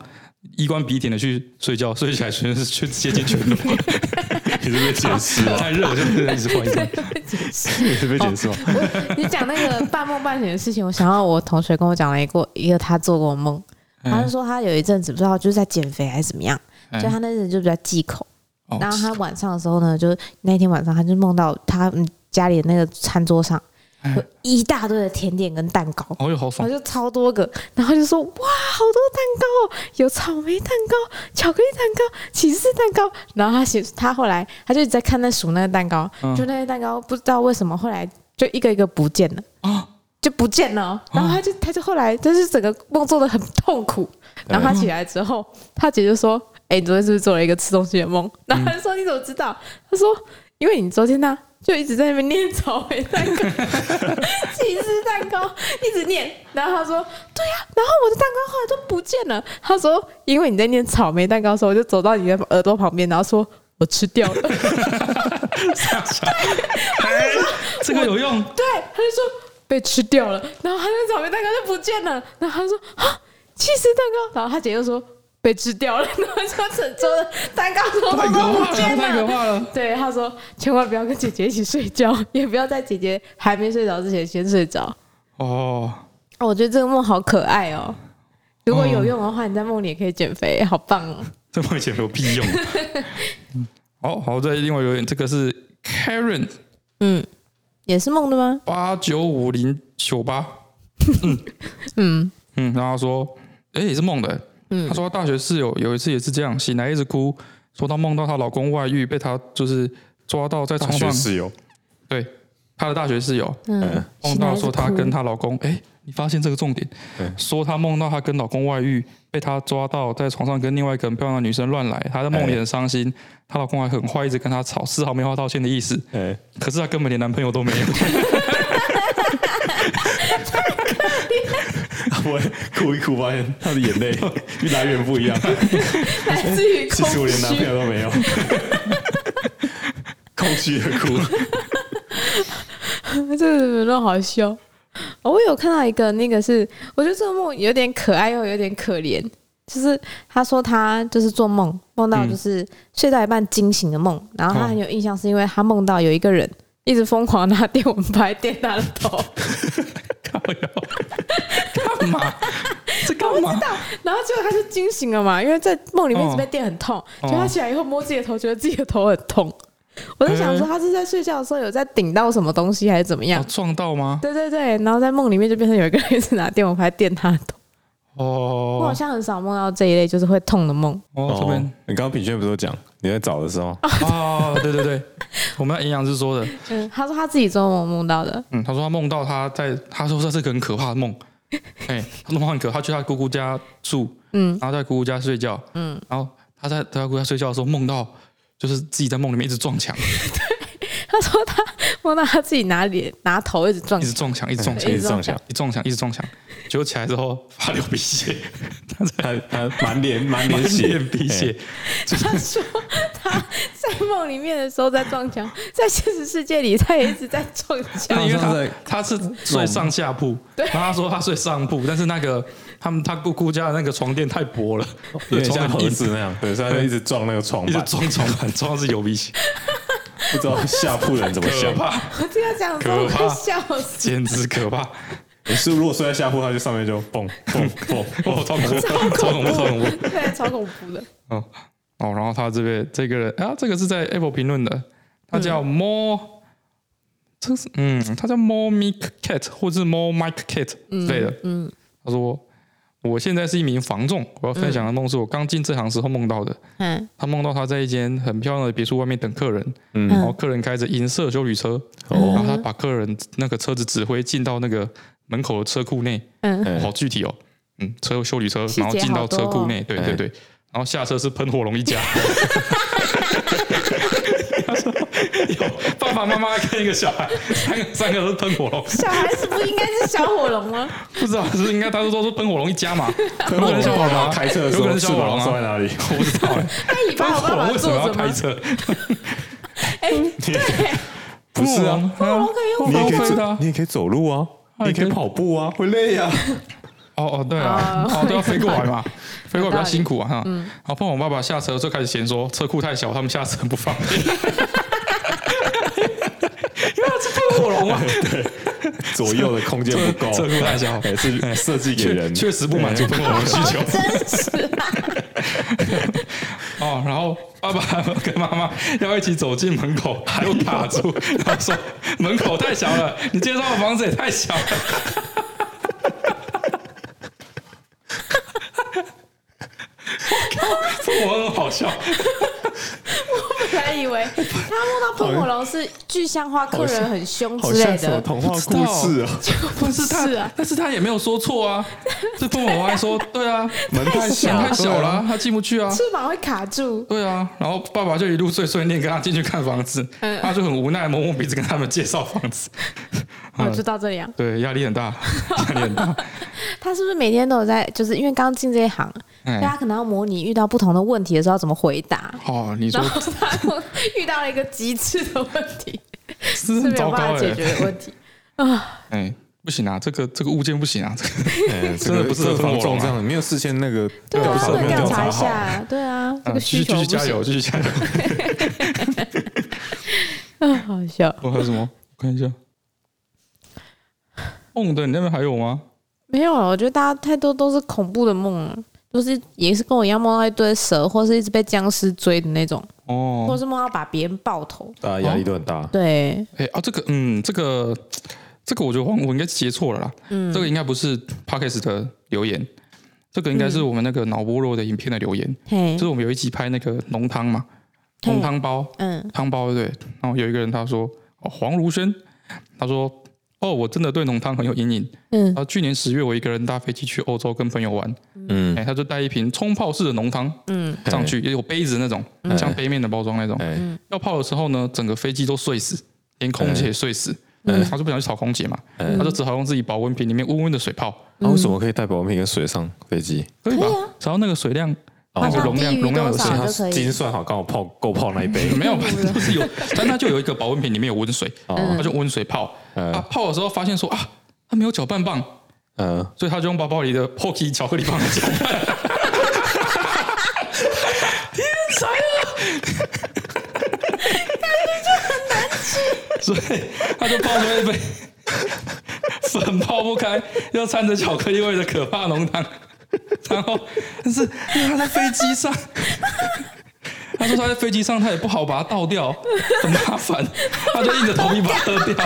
衣冠笔挺的去睡觉，睡起来全是去接近全 [laughs] 裸，哎
你是被捡尸吗？
太热我就一直换衣服。
你是被捡尸吗？
[laughs] 你讲那
呃
个半梦半醒的事情，我想到我同学跟我讲了一个一个他做过的梦，他就说他有一阵子不知道就是在减肥还是怎么样，
嗯
所以他那阵子就比较忌口。
哦
然后他晚上的时候呢，就那天晚上他就梦到他嗯家里的那个餐桌上
嗯
有一大堆的甜点跟蛋糕，
哦哟好
然
爽
后，就超多个，然后就说哇，好多蛋糕哦，有草莓蛋糕、巧克力蛋糕、起司蛋糕。然后他写，他后来他就一直在看那数那个蛋糕，
嗯
就那些蛋糕不知道为什么后来就一个一个不见了。
啊
就不见了哦，然后他就他就后来就是整个梦做的很痛苦，然后他起来之后，他姐就说：“哎、你昨天是不是做了一个吃东西的梦？”然后他就说：“你怎么知道？”他说：“因为你昨天呢、就一直在那边念草莓蛋糕、 [laughs] 起司蛋糕，一直念。”然后他说：“对呀、然后我的蛋糕后来都不见了。”他说：“因为你在念草莓蛋糕的时候，我就走到你的耳朵旁边，然后说我吃掉了。” [laughs]
哎这个有用，
对，他就说被吃掉了，然后他那草莓蛋糕就不见了，然后他说啊，气死蛋糕，然后他姐又说被吃掉了， [laughs] 然后说整桌的蛋糕都
太可
都
怕
不
了，
见
太可
了。
怕了。
对，他说千万不要跟姐姐一起睡觉，也不要在姐姐还没睡着之前先睡着。
哦，
哦，我觉得这个梦好可爱哦。如果有用的话，你在梦里也可以减肥，好棒哦！
这目前没有屁用。
[laughs]
嗯好好，再另外留言，这个是 Karen
也是梦的吗？
八九五零九八，嗯嗯然后他说，哎、也是梦的。嗯，他说他大学室友有一次也是这样，醒来一直哭，说她梦到她老公外遇，被她就是抓到在
大
床
学
上，
室友，
对，她的大学室友，
嗯，
梦到说她跟她老公，哎、你发现这个重点
嗯，
说她梦到她跟老公外遇，被她抓到在床上跟另外一个很漂亮的女生乱来，她在梦里
哎
很伤心，她老公还很坏，一直跟她吵，丝毫没有要道歉的意思，
哎、
可是她根本连男朋友都没有，
[laughs] 他不会 [laughs] 哭一哭，发现他的眼泪
[laughs]
来源不一样。
来自于
其
空
实我连男朋
虚，
友都没有， [laughs] 空虚的哭。
这个论好笑。哦我有看到一个，那个是我觉得这个梦有点可爱又有点可怜，就是他说他就是做梦，梦到就是睡到一半惊醒的梦，然后他很有印象，是因为他梦到有一个人一直疯狂拿电蚊拍电他的头，
靠腰干嘛？这
[laughs]
干嘛？
然后结果他就惊醒了嘛，因为在梦里面一直被电很痛，
哦
结果他起来以后摸自己的头，觉得自己的头很痛。
嗯
我在想说他是在睡觉的时候有在顶到什么东西还是怎么样
哦，？撞到吗？
对对对，然后在梦里面就变成有一个人一直拿电蚊拍电他的头。我好
哦
像很少梦到这一类就是会痛的梦。
[laughs] 哦，这边
你刚刚品轩不是有讲你在找的时候，
哦，对对对， [laughs] 我们营养师说的，
嗯，他说他自己做梦梦到的，
嗯，他说他梦到他在，他说这是个很可怕的梦，哎、他梦到很可怕，他去他姑姑家住，
嗯，
然后在姑姑家睡觉，嗯，然后他在他姑姑家睡觉的时候梦到。就是自己在梦里面一直撞墙，
他说他梦到他自己拿脸拿头一直撞
一，直撞墙，一直撞
一
墙，
直撞墙，
一直撞墙，一直撞墙。结果起来之后发流鼻血，他在
他他满脸满脸
满 [laughs]
血
脸鼻血，
他说他在梦里面的时候在撞墙，在现实世界里他也一直在撞
那
墙
因。为
好像
他
在
他是睡上下铺，然后他说他睡上铺，但是那个他们他姑姑家的那个床垫太薄了，
有点像
床
盒
很硬
子那样，对，所以他就一直撞那个床
一直
板，
撞床板，撞到是流鼻血，
不知道下铺人怎么
[laughs] 可
想。
怕，
我这样讲的时候我快笑死，
简直可怕，
你是如果睡在下铺，他就上面就蹦
[laughs]
蹦蹦
哦，
蹦。
超恐
[laughs]
怖，超恐怖，超恐怖。
对，超恐怖的。
哦哦，然后他这边这个人啊，这个是在 Apple 评论的，他叫 Mo，、这是嗯，他叫 Mo Mic Cat 或是 Mo Mike Cat 之类的。嗯，他说我现在是一名房仲，我要分享的梦是我刚进这行时候梦到的。
嗯，
他梦到他在一间很漂亮的别墅外面等客人，
嗯
然后客人开着银色修旅车，
哦
然后他把客人那个车子指挥进到那个门口的车库内，
嗯
哦好具体哦，嗯，车修旅车，
细节
然后进到
好多哦
车库内，对对
哎
对，然然后下车是喷火龙一
[laughs]
家。他说有爸爸妈妈跟一个小孩，三个三个都是喷火龙，
小孩子不应该是小火龙吗？
不知道是应该大家都是喷火龙一家
[laughs]
嘛？
可能小宝宝开车的时
啊有可
候
能
翅
是小宝
膀
吗
放在哪里？
我不知道欸，
那你
喷
爸我
火
爸
龙
爸
为什么
坐
要
着
开
吗？
车？
哎，
不是啊，
喷火
火龙可以用
你也可
飞
以
的
走
啊，
你也可以走路啊，
啊
你也可以
对
跑步啊，会累
[laughs]
啊。
哦哦，对啊，
哦
哦都要飞过来嘛，飞过来比较
[laughs] 有道理嗯
辛苦啊哈。然后碰我爸爸下车就开始嫌说车库太小，他们下车不方便。因为他是喷火龙啊，
左右的空间不够，
这这路太小
哎是设计给
确
人，哎
确实不满足喷火龙
[laughs]
需求。
真是
哦，然后爸爸跟妈妈要一起走进门口，又卡住，然后说门口太小了，你介绍的房子也太小了。 [laughs] 我靠，我很好笑，
本来以为他梦到喷火龙是具象化客人很凶
哎好
之类
像什么
的，
童话故事啊，
但是他，
是啊
[laughs] 但是他也没有说错啊。这凤凰还说，对啊，
门太
小
门太小了
了
啊，他进不去啊。
翅膀会卡住。
对啊，然后爸爸就一路碎碎念，跟他进去看房子，
嗯
他就很无奈，摸摸鼻子跟他们介绍房
[laughs]
子。嗯
哦，就到这里啊。
对，压力很大，压力很大。
他是不是每天都有在？就是因为刚进这一行，
哎
所以他可能要模拟遇到不同的问题的时候要怎么回
[laughs]
答。
哦，你说
然后他遇到了一个极致的问题，
是
是
很
没有
糟
办
糕
法
哎、
解决的问题。
哎，不行啊，这个这个物件不行啊，这个
哎
真的不适合
这个房
喷火龙
仲
啊
这样，没有事先那个
对啊，
查
这个
没有
调
调
查
查
一下
好。
啊，对啊，这
啊
个
继
需
续继
求不
续加
行
油，继续加油。
嗯 [laughs] 好笑。
我还有什么？我看一下。梦的，你那边还有吗？
没有啊，我觉得大家太多都是恐怖的梦了，都是也是跟我一样梦到一堆蛇，或是一直被僵尸追的那种，或
哦，
是梦到把别人爆头。
大家压力都很大，
对，
哎啊，这个，嗯，这个，这个，我觉得我我应该截错了啦。
嗯，
这个应该不是 Pockets 的留言，这个应该是
嗯
我们那个脑波弱的影片的留言，
嘿
就，是我们有一集拍那个浓汤嘛，
嘿
浓汤包，
嗯，
汤包对不对，然后有一个人他说，哦，黄如轩，他说，哦，我真的对浓汤很有阴影。
嗯
啊，去年十月我一个人搭飞机去欧洲跟朋友玩，
嗯
哎、，他就带一瓶冲泡式的浓汤
嗯，
上去，也有杯子那种，
嗯
像杯面的包装那种。
哎，
要泡的时候呢，整个飞机都睡死，连空姐也睡死。
嗯
他就不想去吵空姐嘛，
嗯
他就只好用自己保温瓶里面温温的水泡，
啊那为什么可以带保温瓶跟水上飞机？
可以吧
可以啊？
只要那个水量，
哦
那个容
那低
量
于
容量有
多
限
少，
它
就可以
精算好，刚好泡够泡那一杯
没有吧？就是
[laughs]
有，但他就有一个保温瓶里面有温水，
哦
他就温水泡。啊，
呃
泡的时候发现说啊，他没有搅拌棒，
呃，
所以他就用包包里的 Pocky 巧克力棒来搅拌。天才啊！感觉就很难吃，所以他就泡出一杯粉泡不开，又掺着巧克力味的可怕浓汤。然后，但是因为他在飞机上，他说他在飞机上他也不好把它倒掉，很麻烦，他就硬着头皮把它喝掉。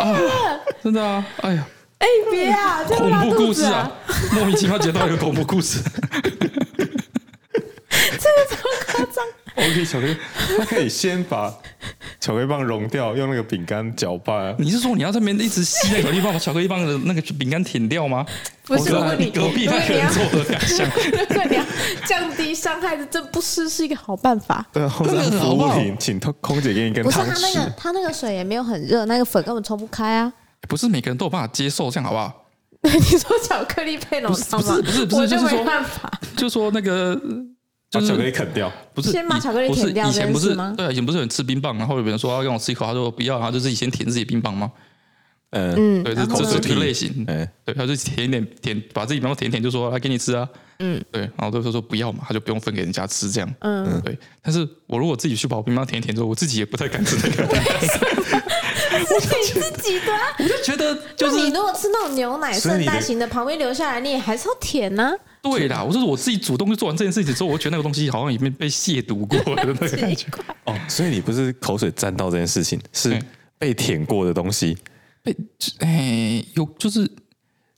啊，真的啊！哎呀，
哎，别啊，这样
恐
会拉
怖
肚
故事
子
啊！
啊，
莫名其妙接到一个恐怖故事。
OK，巧克力，它可以先把巧克力棒融掉，用那个饼干搅拌。
[laughs] 你是说你要这边一直吸那个巧克力棒，把巧克力棒的那个饼干舔掉吗？
不
啊
是
我
如
知道
果你
隔壁
如
那
果
个
你啊
人
要
做的感想，
如果你要降低伤害的，这不失是一个好办 [laughs] 法。
对啊，后面
那个好
服
不
务
好
亭，请空姐给你跟
不是
汤
他那
匙。
嗯
个他那个水也没有很热，那个粉根本冲不开啊。
[laughs] 不是每个人都有办法接受，这样好不好？
你说巧克力配浓汤吗？
不是不是不是
哦我就
就是说
没办法。
就说那个。就
把
是
巧克力啃掉，
不是
先把
以
巧克力
不是
舔掉
以前
这件
不
事
是
吗
对啊，以前不是有人吃冰棒，然后有人说啊要让我吃一口，他说不要，然后就自己先舔自己冰棒吗？
嗯，
嗯，
对，这
然后
这
呢
是这个类型，
哎，
对，他就舔一点舔，把自己冰棒舔一舔，就说来给你吃啊，
嗯，
对，然后就说说不要嘛，他就不用分给人家吃这样，
嗯，
对，但是我如果自己去把我冰棒舔一舔之后，我自己也不太敢吃那个，
是你自己的啊。
我就觉
[laughs]
得就
那
是
你如果吃那种牛奶
所以
圣
你的
代型的，旁边留下来，你也还是要舔啊呐。
对啦，我就是我自己主动去做完这件事情之后，我觉得那个东西好像已经被亵渎过了的那个感
[laughs]
觉，
哦，所以你不是口水沾到这件事情，是
对
被舔过的东西，
被哎有就是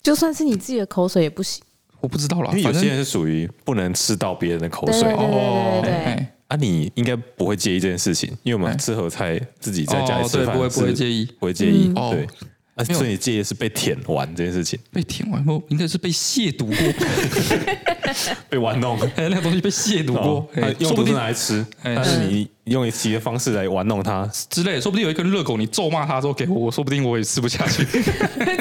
就算是你自己的口水也不行。
我不知道啦，
因为有
反正
些人是属于不能吃到别人的口
对
水
对
哦
对对对对，
哎
啊，你应该不会介意这件事情，因为我
哎
们吃合菜自己在家里
哦
吃
对
饭，
不会不会
是
介意
不会介意，
哦
对，
啊，所以你介意的是被舔完这件事情，
被舔完后应该是被亵渎过， [laughs]
被玩弄。
哎，那个东西被亵渎
哦
过，哎
他用
说不
不是
定
拿来吃，
哎
但是你用其他方式来玩弄它，
之类的，说不定有一根热狗，你咒骂他说给我，我说不定我也吃不
[laughs]
下去，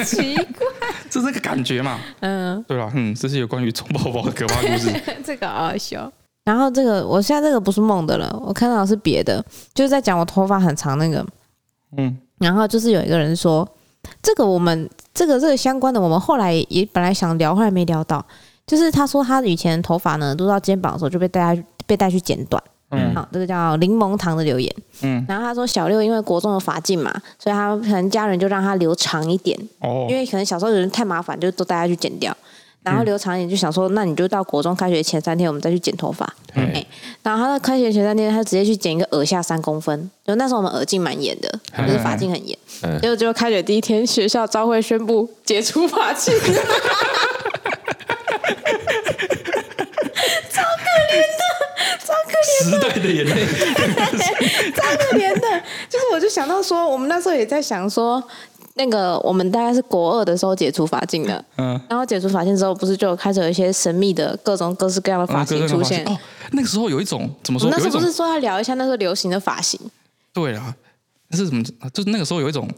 奇怪，
这是个感觉嘛。
嗯，
对了，嗯，这是有关于虫宝宝的可怕故事。
[laughs]
这个好好笑，
然后这个我现在这个不是梦的了，我看到的是别的，就是在讲我头发很长那个。
嗯，
然后就是有一个人说，这个我们这个这个相关的，我们后来也本来想聊，后来没聊到。就是他说他以前头发呢，撸到肩膀的时候就被带去被带去剪短。
嗯
好，这个叫柠檬糖的留言。
嗯，
然后他说小六因为国中的发禁嘛，所以他可能家人就让他留长一点，
哦
因，为可能小时候有人太麻烦，就都带他去剪掉。然后
嗯
留长一点就想说，那你就到国中开学前三天我们再去剪头发。
哎，
然后他到开学前三天，他直接去剪一个耳下三公分，就那时候我们耳镜蛮严的，
嗯
就是发镜很严。
嗯
结果结果开学第一天，学校招会宣布解除发镜， [laughs]
时代的
[laughs]
眼泪，
可怜的。就是我就想到说，我们那时候也在想说，那个我们大概是国二的时候解除发镜的，
嗯，
然后解除发镜之后，不是就开始有一些神秘的各种各式各样的发
啊
型
各种
出
发型
现？
哦，那个时候有一种怎么
我
说？
们那时
有一
候不是
种
说要聊一下那时候流行的发型？
对啦，是怎么？就是那个时候有一种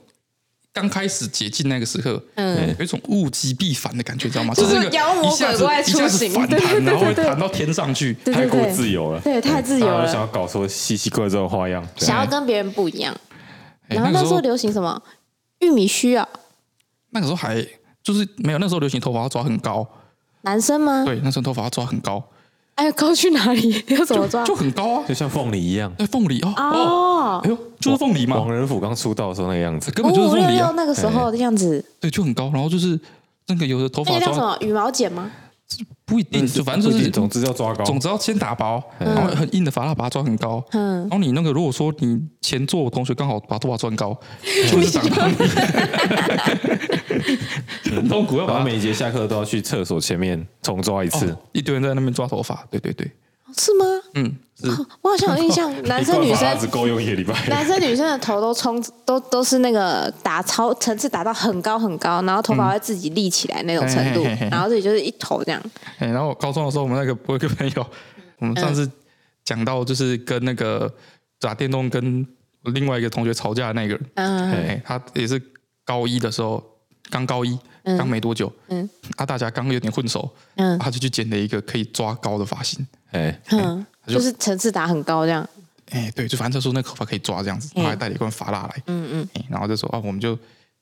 刚开始解禁那个时刻，
嗯，
有一种物极必反的感觉，知道吗？
就是
这是一个
妖魔
一下子
鬼怪
一下
出
子
行
反
对对对
弹，然后会
对对
弹到天上去。
对
太
对
过
对，
自由了，
对，太自由
大
啊
家都
了
想。要搞出稀奇怪怪的花样，对
想要跟别人不一样。
哎
然后那
那个
时
时
候
候
流行什么？玉米须啊，
那个时候还就是没有，那时候流行头发要抓很高，
男生吗？
对，那时候头发要抓很高，
哎，高去哪里？要怎么抓？
就很高啊。
就像凤梨一样。
对，凤梨哦哦，
哦
哎，呦，就是凤梨嘛
王，仁甫刚出道的时候那个样子，
根
五
本就是
五
凤
六
梨
六
啊，
那个时候的样子，
对，就很高。然后就是那个有的头
那
发
个叫什
抓
么羽毛剪吗？
不一定，就反正
嗯不
就
一定
是
总之要抓高，嗯
总之要先打薄，然后很硬的发蜡把它抓很高。
嗯
然，后你那个如果说你前座的同学刚好把头发抓很
[laughs]
高，就是长胖，很痛苦要
然
把
后
它
每节下课都要去厕所前面重抓一次
哦，一堆人在那边抓头发，对对对，
是吗？
嗯，是
我好像有印
[laughs]
象，男生
一
女
罐把它只
生。
够用一个礼拜。
[laughs]
[laughs] 嗯
男生女生的头都冲都都是那个打超层次打到很高很高，然后头发会自己立起来那种程度，
嘿嘿嘿嘿
然后自己就是一头这样。
哎、然后我高中的时候，我们那个我有个朋友，
嗯
我们上次讲到就是跟那个打电动跟另外一个同学吵架的那个人，
嗯，
哎、他也是高一的时候，刚高一，
嗯
刚没多久，
嗯
嗯，啊，大家刚有点混熟，
嗯
他就去剪了一个可以抓高的发型，
哎，
哼，
他就
就是层次打很高这样。
哎、对，就反正就说那个头发可以抓这样子，
嗯
他还带了一罐发蜡来，
嗯嗯
哎、然后就说啊，我们就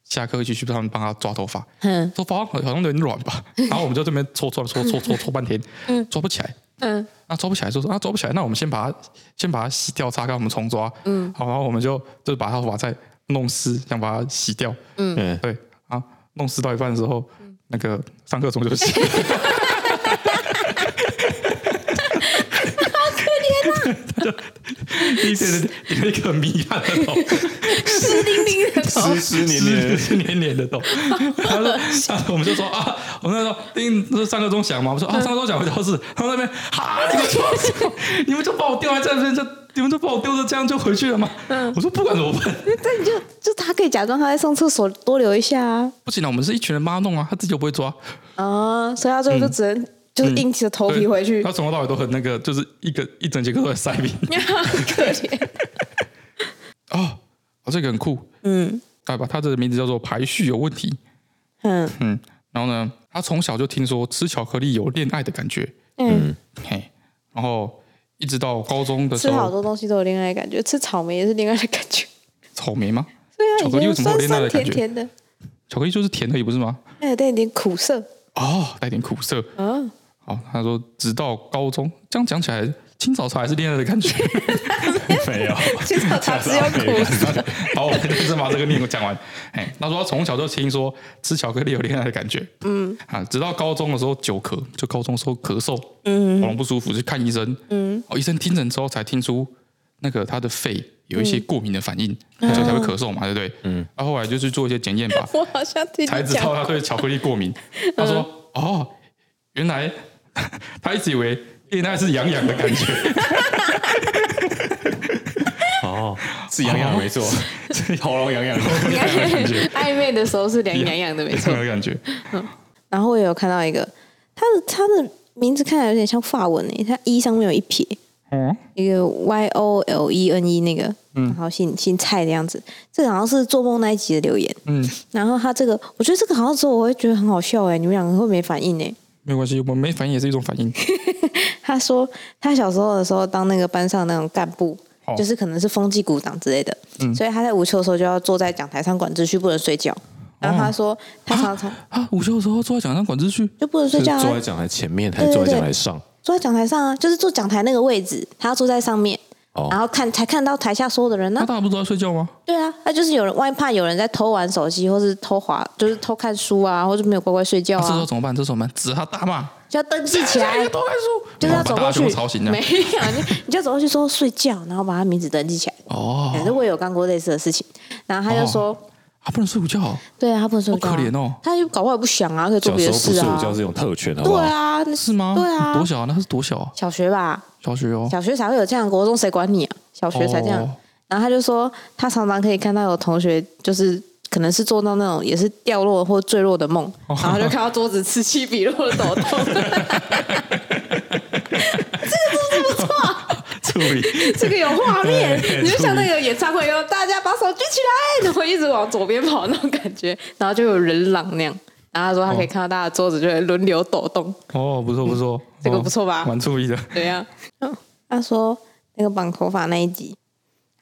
下课一起去他们帮他抓头发，
哼
头发好像有点软
[laughs]
吧，然后我们就这边搓搓搓搓搓搓半天，抓不起来，
嗯，
那抓不起来就说啊抓不起来，那我们先把它先把它洗掉，擦干，我们重抓。嗯，好，然后我们就就是把它头发再弄湿，想把它洗掉。
嗯，
对啊，弄湿到一半的时候，那个上课钟就响， [laughs] 啊 [laughs] 一点 [laughs] 点一个糜烂的头，
湿淋淋的头，
湿湿黏黏，
[laughs] 是黏黏的头。他说，上我们就说啊，我们那时候因那上课钟响嘛，我们说啊，上课钟响回教室，他们那边啊，你们 [laughs] 就你们就把我丢在这边，就你们就把我丢着，这样就回去了吗？我说不管怎么办，
但你就就他可以假装他在上厕所，多留一下啊，
不行了，我们是一群人帮他弄啊，他自己又不会抓，
啊，所以他最后就只能、就是硬起着头皮
嗯对
回去，
他从头到尾都很那个，就是一个一整节课都
[laughs]
在塞饼。
很可怜。
[laughs] 哦，哦，这个很酷，
嗯
对吧？他的名字叫做排序有问题。
嗯
嗯，然后呢，他从小就听说吃巧克力有恋爱的感觉，
嗯，
嘿，然后一直到高中嗯的时
吃好
候，
多东西都有恋爱的感觉，吃草莓也是恋爱的感觉。
草莓吗？
对啊，
巧
以
克力
前
为什么
酸
会有恋爱
酸
的感
甜
觉
甜的，
巧克力就是甜的，也不是吗？
还有带一点苦涩。 [laughs]
哦，带点苦涩。
嗯、
好，他说直到高中，这样讲起来，青草茶还是恋爱的感觉。
没有，
青草茶只有苦涩。
[laughs] 好，我们就是把这个念给我讲完。哎，他说他从小就听说吃巧克力有恋爱的感觉。嗯，啊，直到高中的时候久咳，就高中的时候咳嗽，嗯，喉咙不舒服去看医生。嗯，哦，医生听诊之后才听出那个他的肺有一些
嗯
过敏的反应，所以才会咳嗽嘛，对不对？嗯，他后来就去做一些检验吧，
[laughs] 我好像听
才
你
知道
讲，嗯
他对巧克力过敏。 [laughs] 他说：“哦，原来 [laughs] 他
[laughs]
一直以为恋爱是痒痒的感觉。”
哦，是痒痒没错，
哦
[laughs] 喉咙痒痒的。
暧昧的时候是凉洋洋的，没错
没。有感觉。
然后我有看到一个，他的他的名字看起来有点像法文诶、他一上面有一撇，
哦，
一个 Y O L E N E 那个，
嗯
然后姓姓蔡的样子。这个好像是做梦那一集的留言。
嗯，
然后他这个，我觉得这个好像只有我会觉得很好笑哎、你们两个会没反应哎、
没有关系，我没反应也是一种反应。
他说他小时候的时候当那个班上那种干部，
哦嗯
就是可能是风纪股长之类的，所以他在午休的时候就要坐在讲台上管秩序，不能睡觉。然后他说、他常常
啊，午休的时候坐在讲上管秩序，
就不能睡
是
觉、啊，
坐在讲台前面，还是坐在讲台上？
坐在讲台上啊，就是坐讲台那个位置，他要坐在上面，
哦
然后看才看到台下所有的人呢、
那大家不是都在睡觉吗？
对啊，他就是有人万一怕有人在偷玩手机，或是偷滑，就是偷看书啊，或者没有乖乖睡觉
那这时候
啊，
怎么办？这时候我们指着他大骂，
就要登记起来，
都在说，
[laughs] 就是要走
把
过
大家
去
全部吵醒这
没
样。
有，你你就走过去说睡觉，然后把他名字登记起来。
哦，
反正我也有干过类似的事情，然后他就说，
啊，不能睡午觉哦，
对啊，他不能睡觉、
好可怜哦
他就搞不好也不想啊，可以做
小时
别
候
的
不
事
睡
啊
午，觉是一种特权，好不
对
好？
啊，那
是吗？
对啊
多小啊？那是多小啊？
小学吧，
小学哦，
小学才会有这样，国中谁管你啊？小学才这样。
哦
然后他就说，他常常可以看到有同学就是。可能是做到那种也是掉落或坠落的梦，
哦
然后就看到桌子此起彼落的
[laughs]
抖动，
处理
这个有画面，你就像那个演唱会哟，大家把手举起来，然后一直往左边跑那种感觉，然后就有人狼那样。然后他说他可以看到大家的桌子就会轮流抖动，
[laughs] 哦，不错不错，
嗯这个
哦
不错吧
蛮注意的。
对呀、嗯，他说那个绑头发那一集，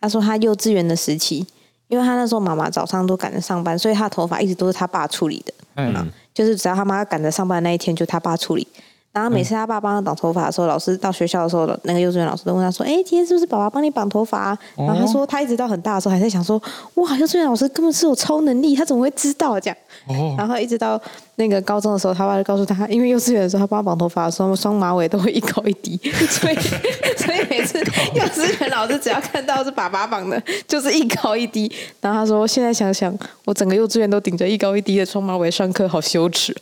他说他幼稚园的时期，因为他那时候妈妈早上都赶着上班，所以他的头发一直都是他爸处理的，啊
嗯，
就是只要他妈赶着上班的那一天，就他爸处理。然后每次他爸帮他绑头发的时候，老师到学校的时候，那个幼稚园老师都问他说：“哎、今天是不是爸爸帮你绑头发、啊？”然后他说他一直到很大的时候还在想说：“哇，幼稚园老师根本是有超能力，他怎么会知道这样？”
哦，
然后一直到那个高中的时候，他爸就告诉他，因为幼稚园的时候他帮他绑头发的时候，双马尾都会一高一
[laughs]
低，所以所以每次幼稚园老师只要看到是爸爸绑的，就是一高一低。然后他说，现在想想，我整个幼稚园都顶着一高一低的双马尾上课，好羞耻。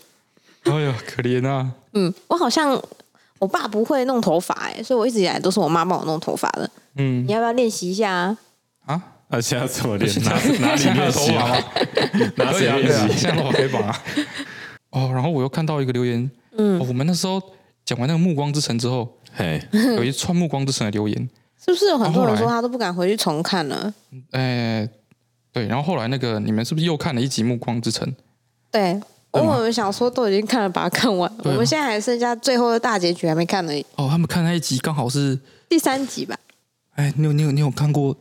哎呀，可怜啊，
嗯，我好像我爸不会弄头发、欸，所以我一直以来都是我妈帮我弄头发的。
嗯
你要不要练习一下啊？
啊，
那现在怎么练？
[laughs]
拿
哪里
练习啊
吗？
[laughs] 拿
啊
谁练习？
啊现在头发可以绑 [laughs] 啊。哦，然后我又看到一个留言，嗯，我们那时候讲完那个《暮光之城》之
[laughs]
后，
嘿，
有一串《暮光之城》的留言，
是不哎是有啊很多人
然后
说
后来
他都不敢回去重看了？
哎，对，然后后来那个你们是不是又看了一集《暮光之城》？
对，
嗯
我们想说都已经看了，把它看完。我
啊
们现在还剩下最后的大结局还没看呢，
哦，他们看那一集刚好是，
第三集吧？
哎，你有你有你有看过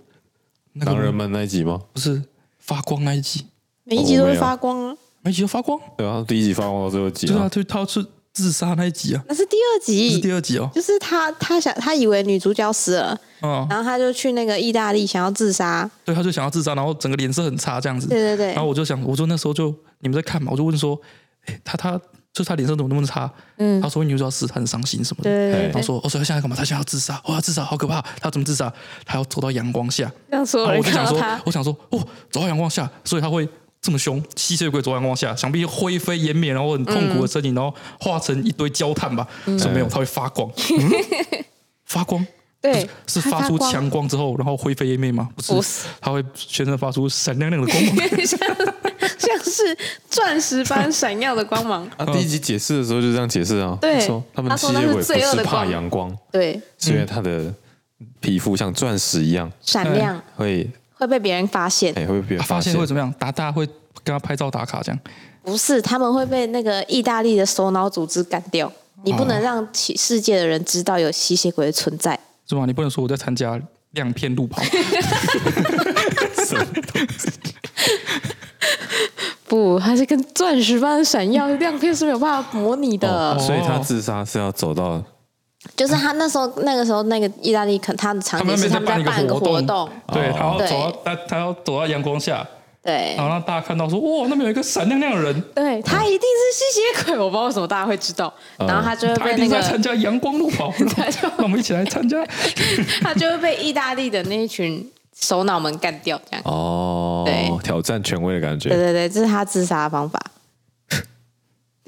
那个
狼人们那一集吗？
不是发光那一集，
每一集都会发光啊，
每一集都发光，
对啊，第一集发光到最后集
对啊，
啊，
就他是自杀那一集啊，
那是第二
这是
集，
第二集哦，
就是他他想他以为女主角死了，
啊，
然后他就去那个意大利想要自杀。
对，他就想要自杀，然后整个脸色很差这样子，
对对对
然，后啊我就想，我就那时候就你们在看嘛，我就问说，哎，他他就是他脸色怎么那么差？
嗯
他，说你就要死，他很伤心什么的。
对对
哎
他
对，
说：“哦，所以他现在干嘛？他现在要自杀，哇，他自杀好可怕！他要怎么自杀？他要走到阳光下。
让所有
然后哦
人
我就
看
想
到 [laughs]
说
他，，
我想说，哦，走到阳光下，所以他会这么凶，吸血鬼走到阳光下，想必灰飞烟灭，然后很痛
嗯
苦的身影，然后化成一堆焦炭吧？所以没有，他会发
[laughs]
光，嗯发光
对，
是
他
发出
光，
强光之后，然后灰飞烟灭吗？不
不
是
是，
他会全身发出闪亮亮的
[laughs]
光芒。
像像是钻石般闪耀的
[laughs]
光芒。
啊，第一集解释的时候就这样解释啊。
对
他说他们
他
吸
说那
血
是
鬼不
罪恶
是
的
怕
光
阳光，
对，
是因为他的皮肤像钻石一样，
闪
哎
亮
会
会被别人发现，
哎会被别人
啊发
发
现
现
会。怎么样？大大家会跟他拍照打卡这样。
不是他们会被那个意大利的首脑组织干掉。你不能让其世界的人知道有吸血鬼的存在。
是吗？你不能说我在参加亮片路
[laughs] 啊
跑，
不，它是跟钻石般闪耀，亮片是没有办法模拟的。
哦所以他自杀是要走到
就是他那时候，那个时候那个意大利肯他的场景是他们在办一个活动，
对，
哦
他要
对
走到他他要走到阳光下，
对
然后让大家看到说，哇，那边有一个闪亮亮的人，
对，他一定是吸血鬼，我不知道为什么大家会知道，然后他就会
他
被
一
呃那
定在
个
参加阳光路
[laughs]
跑，[laughs]
他就
让我们一起来参
[laughs]
加。
他就会被意大利的那一群首脑们干掉，这样。
哦
对，
挑战权威的感觉。
对对对，这是他自杀的方法。 [laughs]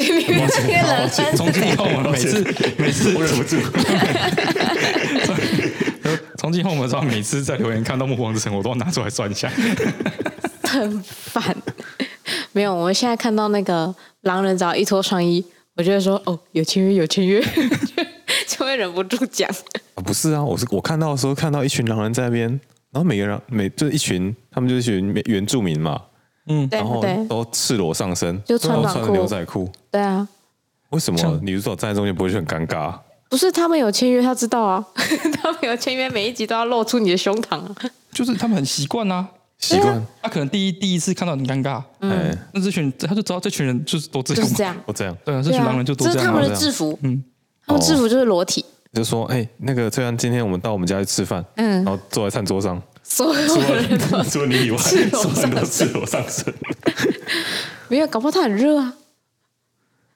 你 [laughs] 们这些人真
从
[laughs]
[laughs]
是
今以后，我们每次每次
我忍不住，
[laughs] 呃冲进后门之后，每次在留言看到木王之城，我都要拿出来算一下。 [laughs]
很烦。 [laughs] 没有，我现在看到那个狼人只要一脱上衣，我就会说哦，有签约，有签约， [laughs] 就会忍不住讲。
啊不是啊，我是我看到的时候看到一群狼人在那边，然后每个人每就是一群，他们就是一群原住民嘛，
对
嗯
然后
对
都赤裸上身，
就穿
然后
短
穿
裤
着牛仔裤。
对啊，
为什么女主角站在中间不会就很尴尬？
不是他们有签约，他知道啊， [laughs] 他们有签约，每一集都要露出你的胸膛啊。
就是他们很习惯啊，
习
嗯
惯，
[laughs] 他可能第一第一次看到很尴尬，
嗯
哎，
那这群人他就知道这群人就是都这
就
样
是
嘛，
这样，
我这样
对啊，这
对
群
啊，
狼人就都
这是
这
他
样
们
嘛。
的制服，
嗯，
他们制服就是裸体，
就说，哎，那个翠安，今天我们到我们家去吃饭，
嗯
然后坐在餐桌上，
所有人都
啊除了你以外，所
裸
有人都
上
[laughs] 赤裸上身。
没有，搞不好他很热啊。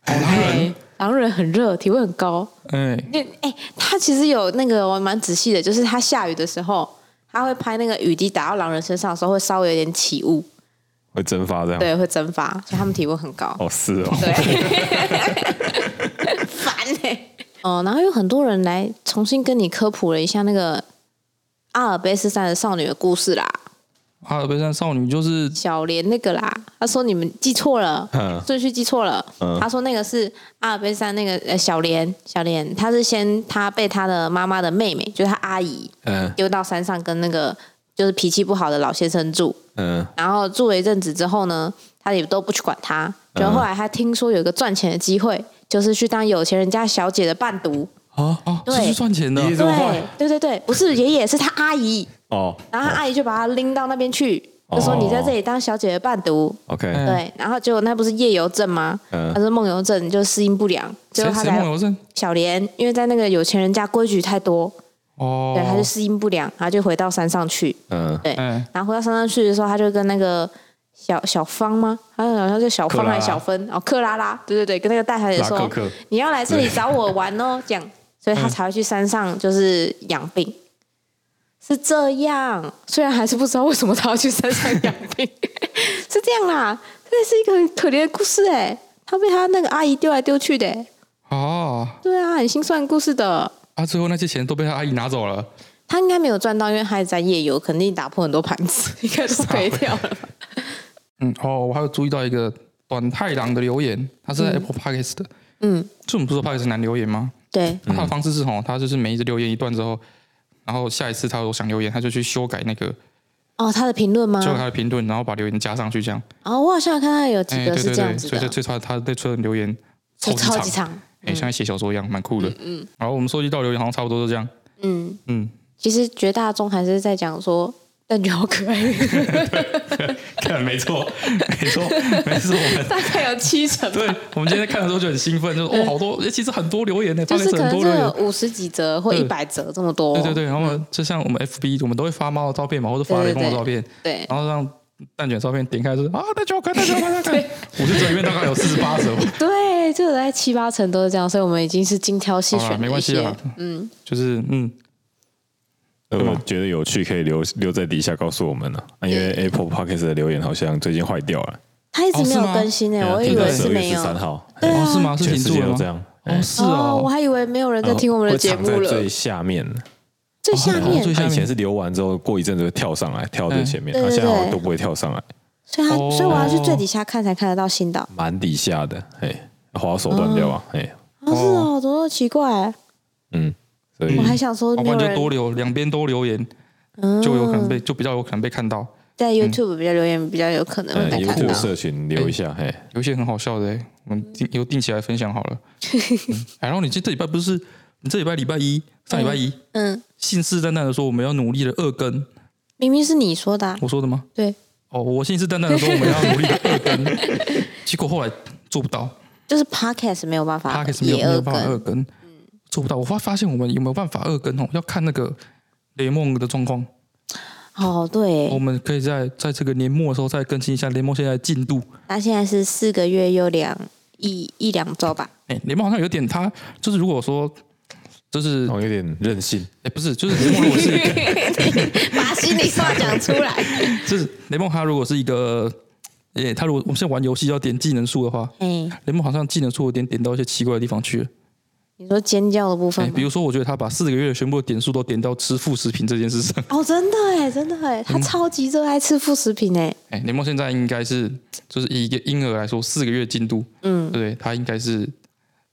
狼人，
哎狼人很热，体温很高。
[laughs] 哎，
那哎、他其实有那个我蛮仔细的，就是他下雨的时候，他会拍那个雨滴打到狼人身上的时候，会稍微有点起雾，
会蒸发这
哦
样。
对，会蒸发，所以他们体温很高。
哦，是
[laughs]
哦，
对，烦呢、哦，然后有很多人来重新跟你科普了一下那个阿尔卑斯山的少女的故事啦，
阿尔卑斯山少女就是
小莲那个啦。他说你们记错了，
嗯
顺序记错了。
嗯
他说那个是阿尔卑斯山那个呃小莲，小莲她是先她被她的妈妈的妹妹，就是她阿姨
[laughs] 嗯
丢到山上跟那个就是脾气不好的老先生住，
嗯，
然后住了一阵子之后呢，他也都不去管他。
嗯
然后后来他听说有一个赚钱的机会，就是去当有钱人家小姐的伴读。
啊
啊，
对
是去赚钱的
你，这么坏
对对对对，不是爷爷，是他阿姨。
哦
然后他阿姨就把他拎到那边去，就说
哦
你在这里当小姐的伴读。
，OK，
嗯
对，然后结果那不是夜游症吗？
嗯
他是梦游症，就是适应不良。结果
谁
他
谁梦
才
游症？
小莲，因为在那个有钱人家规矩太多，对，
哦
他就，适应不良，然后就回到山上去。
嗯，
对，
哎，
然后回到山上去的时候，他就跟那个小小芳吗？他好像叫小芳
克拉拉
还是小芬哦，克拉拉，对对对，跟那个大小姐
拉
说
克克，
你要来这里找我玩哦，这样，所以他才会去山上就是养病。是这样，虽然还是不知道为什么他要去山上养病， [laughs] 是这样啦，这是一个很可怜的故事哎、他被他那个阿姨丢来丢去的、哎
哦，
对啊，很心酸的故事的。
啊，最后那些钱都被他阿姨拿走了，
他应该没有赚到，因为他也在夜游，肯定打破很多盘子，应该都赔掉了吧。
嗯，哦，我还有注意到一个短太郎的留言，他是在 Apple Podcast 的。
嗯，
就我们不是说 Podcast 很难留言吗？
对，
他的方式是吼，他就是每一次留言一段之后，然后下一次他有想留言，他就去修改那个，
哦，他的评论吗？
修改他的评论，然后把留言加上去这样。
哦，我好像有看到有几
哎，
个
对
是
对
这样
对，
子
所以
的
就，最差他对车的留言超级
超
长
级，长。嗯
哎，像在写小说一样，蛮酷的。嗯，然后我们收集到留言好像差不多都这样。
嗯，
嗯，
其实绝大众还是在讲说蛋卷好可爱，
看， [laughs] 没错，没错，没错，我们。
大概有七成吧，
对，我们今天在看的时候就很兴奋，就是哦，好多，哎其实很多留言呢，
[laughs] 嗯就
发
是
现
可
很
能
多
就
留
有
言，
五十几折或
对
一百折这么多。
对对对，然后就像我们 FB，我们都会发猫的照片嘛，或者发雷公的照片，
对
然后让蛋卷照片点开是啊，蛋卷好看，蛋卷好看，蛋卷好看，五十折里面大概有四十八
[laughs]
折吧，
对，就有大概七八成都是这样，所以我们已经是精挑细
好啦
选
啊没
了一
关系
些
啦。，就是嗯，
如果觉得有趣，可以留留在底下告诉我们呢、啊，因为 Apple Podcast 的留言好像最近坏掉了，
他一直
哦
没
是
有
吗哎
更新
嗯
诶，我
停
以
到
为
十
是
二月
没
十
有。
三号，
哦是吗？是
全
停
世
住
界
了
都
吗
这？样。哎
哦，是
哦，啊我
哦，
还以为没有人在听我们的节目
会藏在
了
最。下面，
最下
哦最
面，
下
它
面
以前是留完之后过一阵子会跳上来，跳到最前面，
嗯
它
对对
现在好
对
像都不会跳上来，
所以他，
哦
所以我要去最底下看才看得到新的。
蛮底下的，哎，滑手断掉啊，哎，
哦，是哦，怎么那么奇怪？
嗯，所以
我还想说
要
没
哦不然
有
就
人嗯
多留两边都留言，就有可能被就比较有可能被看到。
在 YouTube 比较留言比较有啊可能会
呃
被看到
YouTube。社群留一下，哎，
有一些很好笑的欸，我们定有定期来分享好
[laughs]
了。嗯哎然后你这这礼拜不是你这礼拜礼拜一上礼拜一
嗯，
信誓旦旦的说我们要努力的二更，
明明是你说的啊、
我说的吗？
对，
哦，我信誓旦旦的说我们要努力的二更，
[laughs]
结果后来做不到。
就是 Podcast 没有办
p a
法
r k e 没有
也
没有
二
办法二
更，
更，做不到。我发发现我们有没有办法二更哦，要看那个联盟的状况。
哦，对
我，们可以在在这个年末的时候再更新一下联盟现在的进度。
那现在是四个月又两一一两周吧， [laughs]
哎、联盟好像有点他就是如果说就是哎、
哦，有点任性，
不是就是联盟如果是一个 [laughs]
把心里话讲出来。
就是联盟它如果是一个哎、他如果我们现在玩游戏要点技能数的话，
哎，
联盟好像技能数有点点到一些奇怪的地方去了。
你说尖叫的部分
哎，
吗
比如说，我觉得他把四个月全部的点数都点到吃副食品这件事上， [laughs]
哦，真的哎，真的
嗯
哎，他超级热爱吃副食品哎，
哎，雷梦现在应该是就是以一个婴儿来说，四个月进度，
嗯
对，他应该是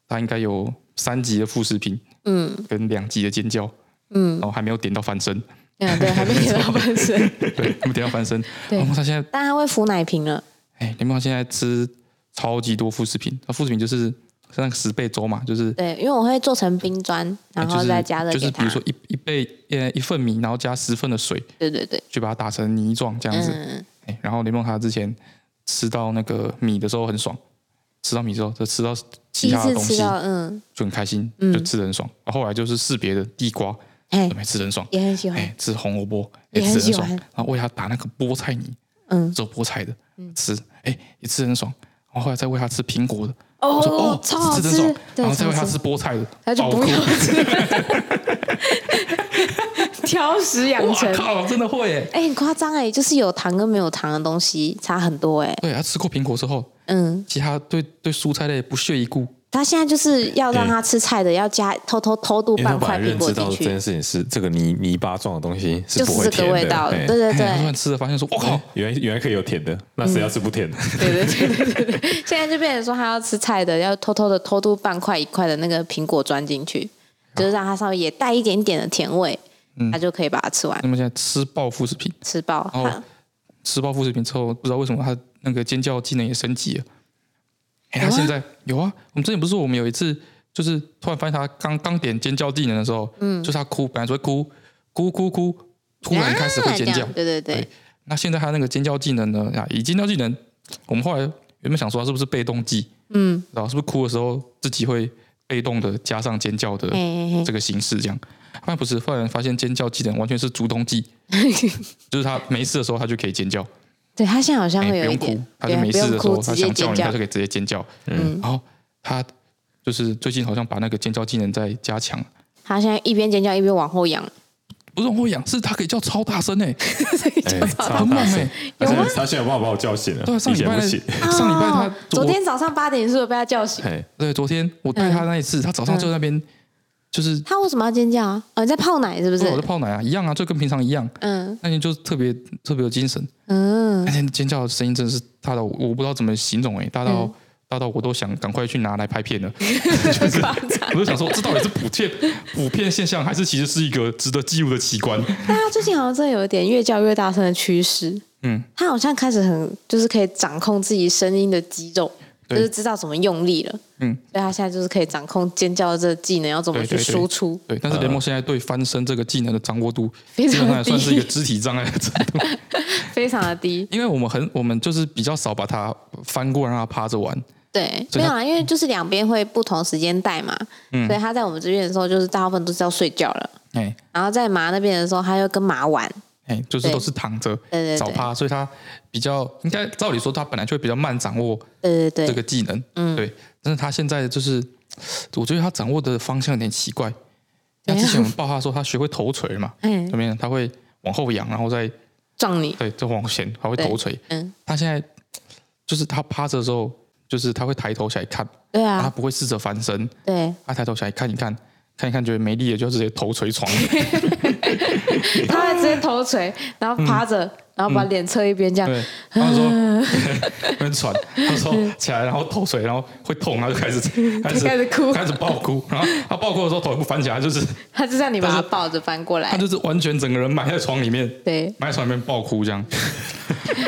他应该有三级的副食品
嗯
跟两级的尖叫，
嗯
然后还没有点到翻身， [laughs]
嗯，对，还没给到半身， [laughs]
对，没有点到翻身。
对
然后他现在
但他会扶奶瓶了，
哎，雷梦现在吃超级多副食品，那副食品就是是那个十倍粥嘛，就是哎
对，因为我会做成冰砖，然
就
后
是
再加热
就是
给
比
他
如，说一一倍呃一份米，然后加十份的水，
对对对，
去把它打成泥状这样子。
嗯，
哎，然后雷梦他之前吃到那个米的时候很爽，吃到米之后，就吃到
第
其
一
他的
次
东
吃
西
到，嗯，
就很开心，
嗯
就吃的很爽。然后后来就是试别的地瓜，
哎
没吃得很爽，
也很喜欢，
哎，吃红萝卜
也
吃得
很喜
很爽。
欢
然后为他打那个菠菜泥，
嗯，
做菠菜的吃，哎，也吃得很爽。然后后来再喂他吃苹果的，我说
哦
哦，，
超好
吃得很爽
吃，对
然后，再
超
喂他
好吃
吃，菠菜的，
他就
爆
不
哭
用吃，挑食养
[laughs]
成
哇。靠，真的会耶！
哎、很夸张哎，就是有糖跟没有糖的东西差很多哎、
对，他吃过苹果之后，
嗯，
其他对对蔬菜类不屑一顾，
他现在就是要让他吃菜的，要加偷偷偷渡
因为他
半
本来
块苹
认
果
知到
进
这
去
件，事情是这个泥泥巴状的东西是
就
不
是
会
这
甜的，
个味道。
哎
对对
哎突然
对
吃了发现说，我靠，
原来原来可以有甜的，那谁要是不甜的？
对对对对对对，现在就变成说他要吃菜的，要偷偷的偷渡半块一块的那个苹果砖进去，就是让他稍微也带一点点的甜味，
嗯
他就可以把它吃完
那么现在吃爆副食品，
吃饱。
然
他
后吃爆副食品之后，不知道为什么他那个尖叫技能也升级了。哎、他现在有啊，我们之前不是说我们有一次就是突然发现他刚刚点尖叫技能的时候，嗯，就是他哭，本来只会哭哭哭哭，突然开始会尖
这
叫哎
样。对对对
对，那现在他那个尖叫技能呢？啊，以尖叫技能，我们后来原本想说他是不是被动技，
嗯，
然后是不是哭的时候自己会被动的加上尖叫的
嘿嘿嘿，
这个形式这样。后来不是，后来发现尖叫技能完全是主动
[laughs]
技，就是他没事的时候他就可以尖叫，
对他现在好像
哎，
会
不
有一
用
点
哭，，他
对
就没事的时
不用
候
哭
他
直接
想叫
尖
你，
叫
他就可以直接尖叫。
嗯
然后他就是最近好像把那个尖叫技能在加强，
他现在一边尖叫一边往后仰，
不是我养，是他可以叫超大声 [laughs] 哎，
嗯 [laughs]
哎
很猛
欸
哎。
他现在他现在有办法把我叫醒了，
对啊，上
以
礼
前
拜
不行。
上礼拜他
哦昨天嗯早上八点是不是被他叫醒？
哎，
我对昨天我带他那一次，他早上就在那边就是
他为什么要尖叫啊？哦，你在泡奶是不是
对？我在泡奶啊，一样啊，就跟平常一样。
嗯
那天就特别特别有精神，
嗯
那天尖叫的声音真的是大到我我不知道怎么形容哎、大到、
嗯
大到我都想赶快去拿来拍片
[laughs]
了，就是我就想说这到底是普遍普遍现象，还是其实是一个值得记录的奇观？
但他最近好像真的有一点越叫越大声的趋势。
嗯，
他好像开始很就是可以掌控自己声音的肌肉，就
对
是知道怎么用力了。
嗯，
所以他现在就是可以掌控尖叫的这个技能要怎么
对
去
对对
输出。
对，但是雷蒙现在对翻身这个技能的掌握度，
[laughs] 非
基
常
本上也算是一个
低
肢体障碍的程度， [laughs]
非常的低。
因为我们很我们就是比较少把它翻过让它趴着玩，
对，
所以
没有
他嗯
啊，因为就是两边会不同时间带嘛，所以他在我们这边的时候，就是大部分都是要睡觉了。
哎、
然后在麻那边的时候，他又跟麻玩，
哎、就是
对
都是躺着
对对
早趴，所以他比较应该照理说他本来就会比较慢掌握
对对
这
对，
个技能，
嗯
对。但是他现在就是，我觉得他掌握的方向有点奇怪。那
怎样
之前我们报他说他学会头锤嘛，
嗯
怎么样？他会往后仰，然后再
撞你，
对再往前，他会
对
头锤。
嗯，
他现在就是他趴着的时候，就是他会抬头起来看，
对
他
啊，
不会试着翻身，
对，
他抬头起来看一看，看一看觉得没力了，就直接头锤
[laughs]
床。
[laughs] 他会直接头锤，然后趴着，然后把脸侧一边这样，
对，他就说 [laughs] 很喘，他说起来，然后透水，然后会痛，然后就
[laughs]
开始开始
开始哭
开始爆哭，然后他爆哭的时候头也不翻起来，就是
他就让你把
但
他
是
抱着翻过
他
来，
就是完全整个人埋在床里面，
对，
埋在床里面爆哭这样。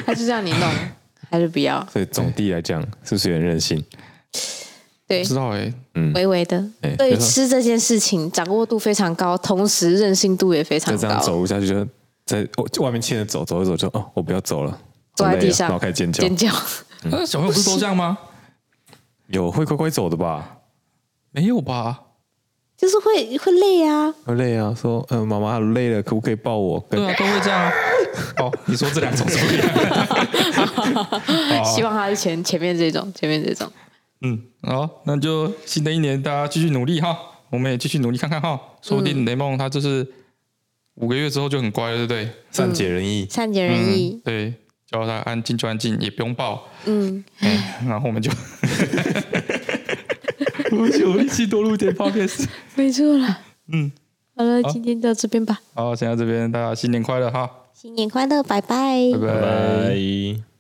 他就让你弄， [laughs] 他就不要，
所以总体来讲，是不是有点任性？
对
不，知道哎、
微微的
哎，
对于
没错
吃这件事情掌握度非常高，同时韧性度也非常
再这样
高，
走下去就。在我外面牵着走，走一走就哦，我不要走了，
坐在地上
好累啊然后开始尖叫
尖，叫， [laughs]
嗯那、小朋友不是都这样吗？
有会乖乖走的吧？
没有吧？
就是会会累啊，
会累啊，说嗯，妈妈累了，可不可以抱我？跟
嗯
对啊，都会这样啊。 [laughs] 哦，你说这两种是不一样的。
希
哦，
望他是前前面这种，前面这种，
嗯， [laughs] 好，那就新的一年大家继续努力哈，我们也继续努力看看哈，说不定雷梦他就是五个月之后就很乖了，对不对？
善解人意，
善解人意
嗯，，对，叫他安哎 [laughs] 静就安静，也不用抱，
嗯，
哎然后我们就我们有力气多录一点 [laughs] podcast。
没错啦。
嗯，
好了，
好
今天到这边吧，
好，先到这边，大家新年快乐哈，
嗯新年快乐，拜拜
拜
嗯拜
拜。
拜。